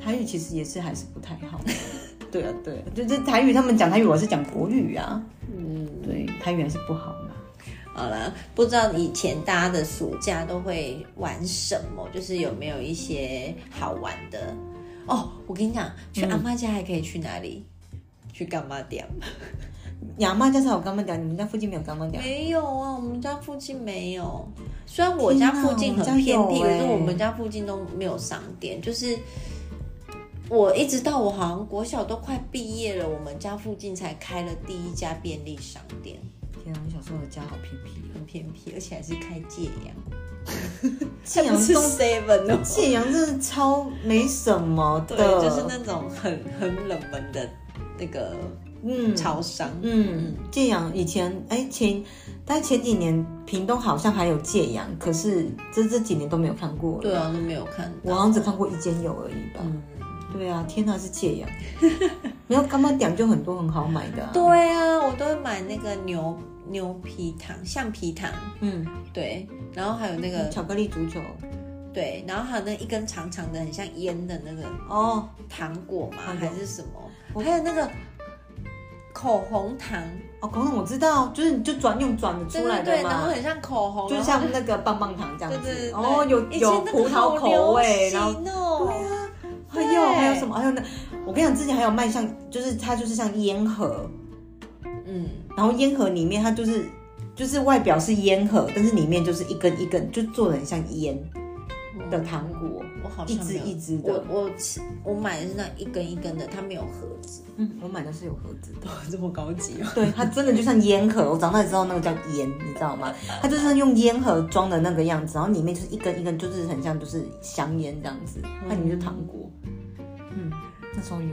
Speaker 1: 台语其实也是还是不太好。 对啊，对啊，就是台语，他们讲台语，我是讲国语啊。
Speaker 2: 嗯，
Speaker 1: 对，台语还是不好嘛。
Speaker 2: 好了，不知道以前大家的暑假都会玩什么，就是有没有一些好玩的？哦，我跟你讲，去阿妈家还可以去哪里？去干嘛店？
Speaker 1: 亚妈家才有干妈店，你们家附近没有干妈店？
Speaker 2: 没有啊，我们家附近没有。虽然我家附近很偏僻，
Speaker 1: 天哪我们家有欸
Speaker 2: 可是我们家附近都没有商店。就是我一直到我好像国小都快毕业了，我们家附近才开了第一家便利商店，
Speaker 1: 天啊，我小时候的家好偏僻啊！
Speaker 2: 很偏僻，而且还是开戒 阳，
Speaker 1: 庆
Speaker 2: 不
Speaker 1: 阳
Speaker 2: 是
Speaker 1: 东，
Speaker 2: seven 哦。
Speaker 1: 庆阳真的超没什么的，
Speaker 2: 对，就是那种很很冷门的那个
Speaker 1: 嗯
Speaker 2: 超商。
Speaker 1: 嗯，建阳以前哎前，但前几年屏东好像还有建阳，可是这这几年都没有看过了。
Speaker 2: 对啊，都没有看
Speaker 1: 我
Speaker 2: 到。
Speaker 1: 好像只看过一间有而已吧。
Speaker 2: 嗯
Speaker 1: 对啊，天哪，是戒 阳。然后干妈店就很多很好买的、啊。
Speaker 2: 对啊，我都会买那个牛牛皮糖、橡皮糖，
Speaker 1: 嗯，
Speaker 2: 对，然后还有那个
Speaker 1: 巧克力足球
Speaker 2: 对，然后还有那一根长长的很像烟的那个
Speaker 1: 哦，
Speaker 2: 糖果嘛，
Speaker 1: 哎呦
Speaker 2: 还是什么？还有那个口红糖，
Speaker 1: 哦，可能我知道，就是你就转用转的
Speaker 2: 对
Speaker 1: 出来
Speaker 2: 对
Speaker 1: 的
Speaker 2: 对，然后
Speaker 1: 嘛，
Speaker 2: 很像口红，
Speaker 1: 就
Speaker 2: 然后
Speaker 1: 像那个棒棒糖这样
Speaker 2: 对
Speaker 1: 子。
Speaker 2: 对对，
Speaker 1: 哦，有
Speaker 2: 以前
Speaker 1: 有
Speaker 2: 那个
Speaker 1: 葡萄
Speaker 2: 好流
Speaker 1: 口味，然后
Speaker 2: 行哦，
Speaker 1: 对啊，还
Speaker 2: 对
Speaker 1: 有还有什么？还哎有那，我跟你讲，之前还有卖像，就是它就是像烟盒，
Speaker 2: 嗯，
Speaker 1: 然后烟盒里面它就是就是外表是烟盒，但是里面就是一根一根，就做的很像烟
Speaker 2: 嗯
Speaker 1: 的糖果，
Speaker 2: 我好
Speaker 1: 一
Speaker 2: 像没
Speaker 1: 支
Speaker 2: 有
Speaker 1: 一支
Speaker 2: 我
Speaker 1: 的。
Speaker 2: 我吃我买的是那一根一根的，它没有盒 子，
Speaker 1: 嗯，我买的是有盒子的，
Speaker 2: 这么高级啊！
Speaker 1: 对，它真的就像烟盒。我长大才知道那个叫烟，你知道吗？它就是用烟盒装的那个样子，然后里面就是一根一根，就是很像就是香烟这样子，它里面就糖果。嗯，那时候有，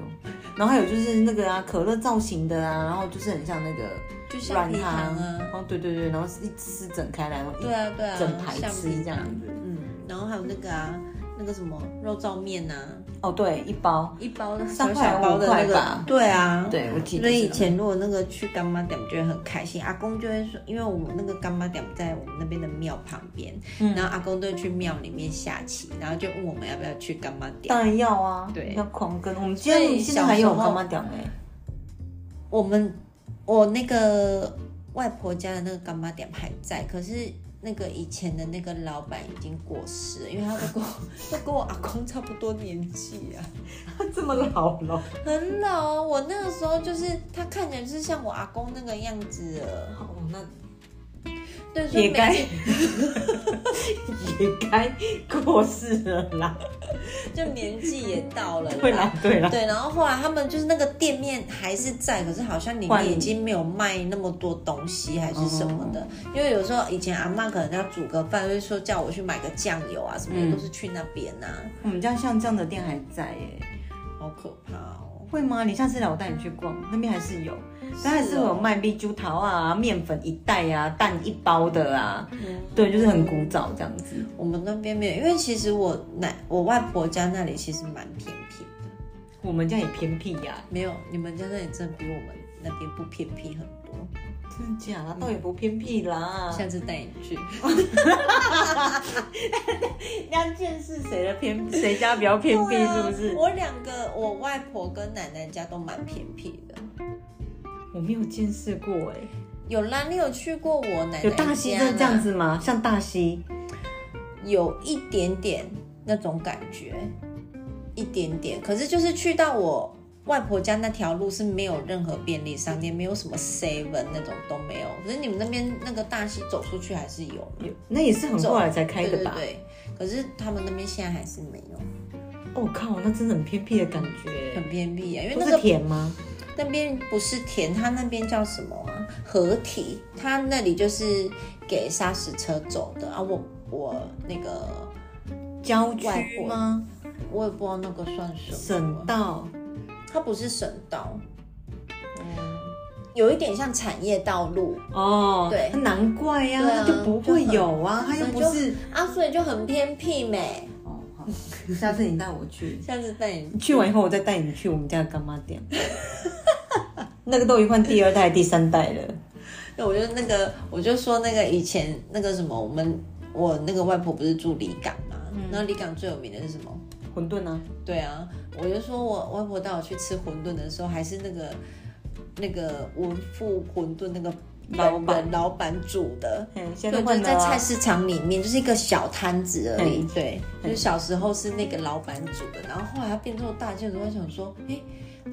Speaker 1: 然后还有就是那个啊，可乐造型的啊，然后就是很像那个
Speaker 2: 就橡
Speaker 1: 软
Speaker 2: 皮
Speaker 1: 糖
Speaker 2: 糖啊
Speaker 1: 然，后对对对，然后一撕整开来，然后一
Speaker 2: 对啊对啊，
Speaker 1: 整排
Speaker 2: 橡
Speaker 1: 吃
Speaker 2: 皮
Speaker 1: 这
Speaker 2: 糖
Speaker 1: 样，子。
Speaker 2: 嗯，然后还有那个啊，那个什么肉燥面啊，
Speaker 1: 哦，对，一包。
Speaker 2: 一包的
Speaker 1: 三
Speaker 2: 小
Speaker 1: 块
Speaker 2: 小包的
Speaker 1: 五块
Speaker 2: 那个
Speaker 1: 吧，
Speaker 2: 对啊，。
Speaker 1: 对，我记得
Speaker 2: 所
Speaker 1: 是。
Speaker 2: 以以前如果那个去干妈店就会很开心，阿公就会说，因为我们那个干妈店在我们那边的庙旁边，
Speaker 1: 嗯
Speaker 2: 然后阿公都会去庙里面下棋，然后就问我们要不要去干妈店。
Speaker 1: 当然要啊，
Speaker 2: 对
Speaker 1: 要狂跟。我们今
Speaker 2: 所以
Speaker 1: 天现在还
Speaker 2: 小
Speaker 1: 有
Speaker 2: 时候
Speaker 1: 干妈屌哎，
Speaker 2: 我们我那个外婆家的那个干妈店还在，可是那个以前的那个老板已经过 世了，因为他都跟我都跟我阿公差不多年纪啊，
Speaker 1: 他这么老了，
Speaker 2: 很老哦。我那个时候就是他看起来就是像我阿公那个样子了，
Speaker 1: 哦，那
Speaker 2: 对，所以
Speaker 1: 也
Speaker 2: 每
Speaker 1: 该也该过世了啦。
Speaker 2: 就年纪也到 了
Speaker 1: 对啦，对啦，
Speaker 2: 对，然后后来他们就是那个店面还是在，可是好像里
Speaker 1: 换
Speaker 2: 面已经没有卖那么多东西还是什么的，因为有时候以前阿嬷可能要煮个饭，会说叫我去买个酱油啊什么的，
Speaker 1: 嗯
Speaker 2: 都是去那边啊呐、
Speaker 1: 我们家像这样的店还在耶，
Speaker 2: 好可怕哦。
Speaker 1: 会吗？你下次来我带你去逛，那边还是有，但还是
Speaker 2: 哦
Speaker 1: 有卖蜜珠桃啊、面粉一袋啊、蛋一包的啊，
Speaker 2: 嗯
Speaker 1: 对，就是很古早这样子。
Speaker 2: 我们那边没有，因为其实我奶我外婆家那里其实蛮偏僻的，
Speaker 1: 我们家也偏僻啊呀，
Speaker 2: 没有你们家那里真的比我们那边不偏僻很多。
Speaker 1: 真的假的？倒也不偏僻啦。
Speaker 2: 下次带你去，
Speaker 1: 那件是谁的偏， 谁家比较偏僻，是不是
Speaker 2: 对啊？我两个我外婆跟奶奶家都蛮偏僻的。
Speaker 1: 我没有见识过哎、
Speaker 2: 有啦，你有去过我奶奶
Speaker 1: 有大溪
Speaker 2: 家
Speaker 1: 真的这样
Speaker 2: 啦，
Speaker 1: 子吗？像大溪，
Speaker 2: 有一点点那种感觉，一点点。可是就是去到我外婆家那条路是没有任何便利商店，没有什么 seven 那种都没有。可是你们那边那个大溪走出去还是有，
Speaker 1: 有那也是很后来才开
Speaker 2: 对
Speaker 1: 的
Speaker 2: 对
Speaker 1: 吧？
Speaker 2: 对。可是他们那边现在还是没有，
Speaker 1: 我、哦靠，那真的很偏僻的感觉。
Speaker 2: 很偏僻啊，因为
Speaker 1: 不
Speaker 2: 那
Speaker 1: 是
Speaker 2: 个
Speaker 1: 田吗？
Speaker 2: 那边不是田，它那边叫什么啊？合体，它那里就是给砂石车走的啊。我我那个。
Speaker 1: 郊
Speaker 2: 外
Speaker 1: 区
Speaker 2: 婆
Speaker 1: 吗？
Speaker 2: 我也不知道那个算什么，
Speaker 1: 省道？
Speaker 2: 它不是省道，嗯有一点像产业道路
Speaker 1: 哦，
Speaker 2: 对
Speaker 1: 难怪呀、
Speaker 2: 对啊
Speaker 1: 那就不会有啊，它又不是。
Speaker 2: 啊，所以就很偏僻美。
Speaker 1: 哦，好，下次你带我去。
Speaker 2: 下次带你
Speaker 1: 去完以后，我再带你去我们家的干妈店。 那个都已经换第二代、第三代了。
Speaker 2: 对，我就那个，我就说那个以前那个什么，我们我那个外婆不是住离港嘛，
Speaker 1: 嗯
Speaker 2: 然后离港最有名的是什么？
Speaker 1: 馄饨啊，
Speaker 2: 对啊，我就说我外婆带我去吃馄饨的时候，还是那个那个文富馄饨那个
Speaker 1: 老板
Speaker 2: 人老板煮的，
Speaker 1: 嗯，现在都
Speaker 2: 对，就
Speaker 1: 换
Speaker 2: 是
Speaker 1: 了
Speaker 2: 在
Speaker 1: 啊、
Speaker 2: 菜市场里面，就是一个小摊子而已。
Speaker 1: 嗯
Speaker 2: 对，就是小时候是那个老板煮的，然后后来他变做大舅的时候，我想说，哎、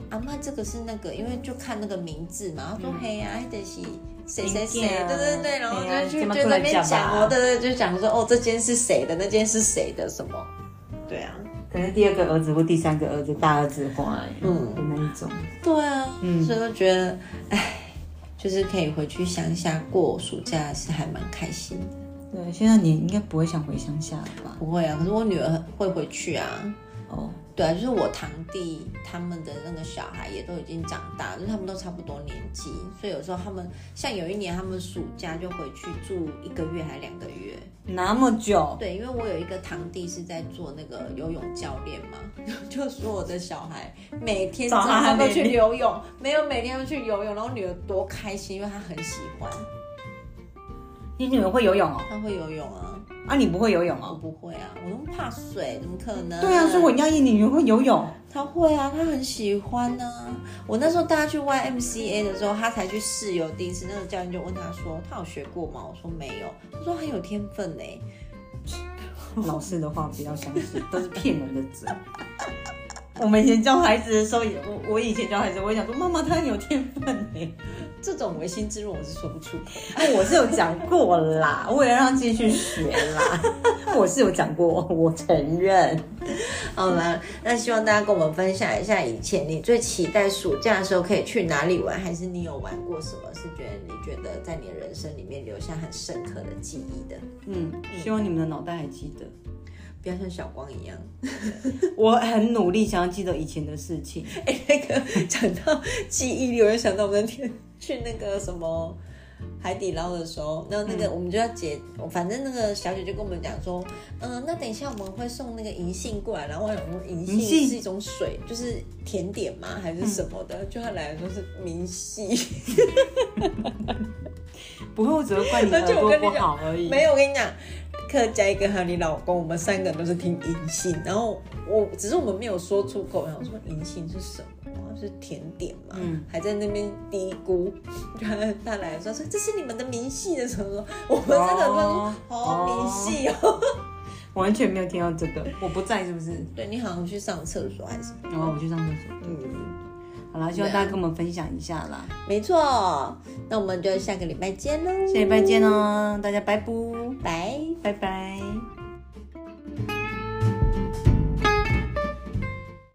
Speaker 2: 阿妈这个是那个，因为就看那个名字嘛，他说、嘿呀、啊，得是谁谁谁，
Speaker 1: 名字啊
Speaker 2: 对对对，然后
Speaker 1: 嘿啊
Speaker 2: 就去
Speaker 1: 这么
Speaker 2: 就那
Speaker 1: 出来
Speaker 2: 边
Speaker 1: 讲
Speaker 2: 讲
Speaker 1: 吧
Speaker 2: 哦，对对，就讲说哦，这间是谁的，那间是谁的什么，对啊，
Speaker 1: 可能第二个儿子或第三个儿子、大儿子花，
Speaker 2: 嗯
Speaker 1: 嗯，的那一种。
Speaker 2: 对啊，
Speaker 1: 嗯
Speaker 2: 所以我觉得，哎，就是可以回去乡下过暑假是还蛮开心的。
Speaker 1: 对，现在你应该不会想回乡下了吧？
Speaker 2: 不会啊，可是我女儿会回去啊。
Speaker 1: 哦，
Speaker 2: 对啊，就是我堂弟他们的那个小孩也都已经长大，就是他们都差不多年纪，所以有时候他们像有一年他们暑假就回去住一个月还两个月。
Speaker 1: 那么久，
Speaker 2: 对，因为我有一个堂弟是在做那个游泳教练嘛， 就说我的小孩每天早
Speaker 1: 早上
Speaker 2: 上都
Speaker 1: 还没
Speaker 2: 去游泳，没有每天都去游泳，然后女儿多开心，因为她很喜欢。
Speaker 1: 你女儿会游泳哦？
Speaker 2: 他会游泳啊，
Speaker 1: 啊，你不会游泳
Speaker 2: 我
Speaker 1: 哦？
Speaker 2: 不会啊，我那么怕水，怎么可能？
Speaker 1: 对啊，所以我很讶异你女儿会游泳。
Speaker 2: 他会啊，他很喜欢呢、我那时候带他去 YMCA 的时候，他才去试游第一次。那个教练就问他说：“他有学过吗？”我说：“没有。”他说：“很有天分呢、欸
Speaker 1: 老师的话不要相信，都是骗人的嘴。 我们以前教孩子的时候也，我我以前教孩子，我也想说妈妈她很有天分哎、
Speaker 2: 这种唯心之论我是说不出口。
Speaker 1: 哦我是有讲过啦，我也让他继续学啦。 我是有讲过，我承认。
Speaker 2: 好啦，那希望大家跟我们分享一下，以前你最期待暑假的时候可以去哪里玩，还是你有玩过什么是觉得你觉得在你的人生里面留下很深刻的记忆的？
Speaker 1: 嗯，希望你们的脑袋还记得。
Speaker 2: 不要像小光一样。嗯
Speaker 1: 我很努力想要记得以前的事 情。
Speaker 2: 哎、那个讲到记忆力，我就想到我们那天去那个什么海底捞的时候，然后那个我们就要结，反正那个小姐就跟我们讲说，嗯、那等一下我们会送那个银杏过来，然后我想说银
Speaker 1: 银
Speaker 2: 杏嗯
Speaker 1: 杏
Speaker 2: 是一种水，就是甜点吗？还是什么的？就她来说是明细，
Speaker 1: 不会，我只会怪你
Speaker 2: 而
Speaker 1: 耳
Speaker 2: 且我跟
Speaker 1: 朵
Speaker 2: 你
Speaker 1: 不
Speaker 2: 讲
Speaker 1: 好而已。
Speaker 2: 没有，我跟你讲。客加一个还有你老公，我们三个人都是听银杏，然后我只是我们没有说出口，然后说银杏是什么？是甜点嘛？
Speaker 1: 嗯
Speaker 2: 还在那边嘀咕，就他他来说说这是你们的明细的时候，说哦我们真的说
Speaker 1: 哦
Speaker 2: 好明细哦。
Speaker 1: 完全没有听到这个，我不在是不是？
Speaker 2: 对你好像去上厕所还是什么？
Speaker 1: 然后我去上厕所。
Speaker 2: 嗯，
Speaker 1: 好啦，希望大家跟我们分享一下啦。
Speaker 2: 没错。那我们就下个礼拜见喽，
Speaker 1: 下礼拜见哦，大家拜拜，
Speaker 2: 拜。
Speaker 1: 拜拜。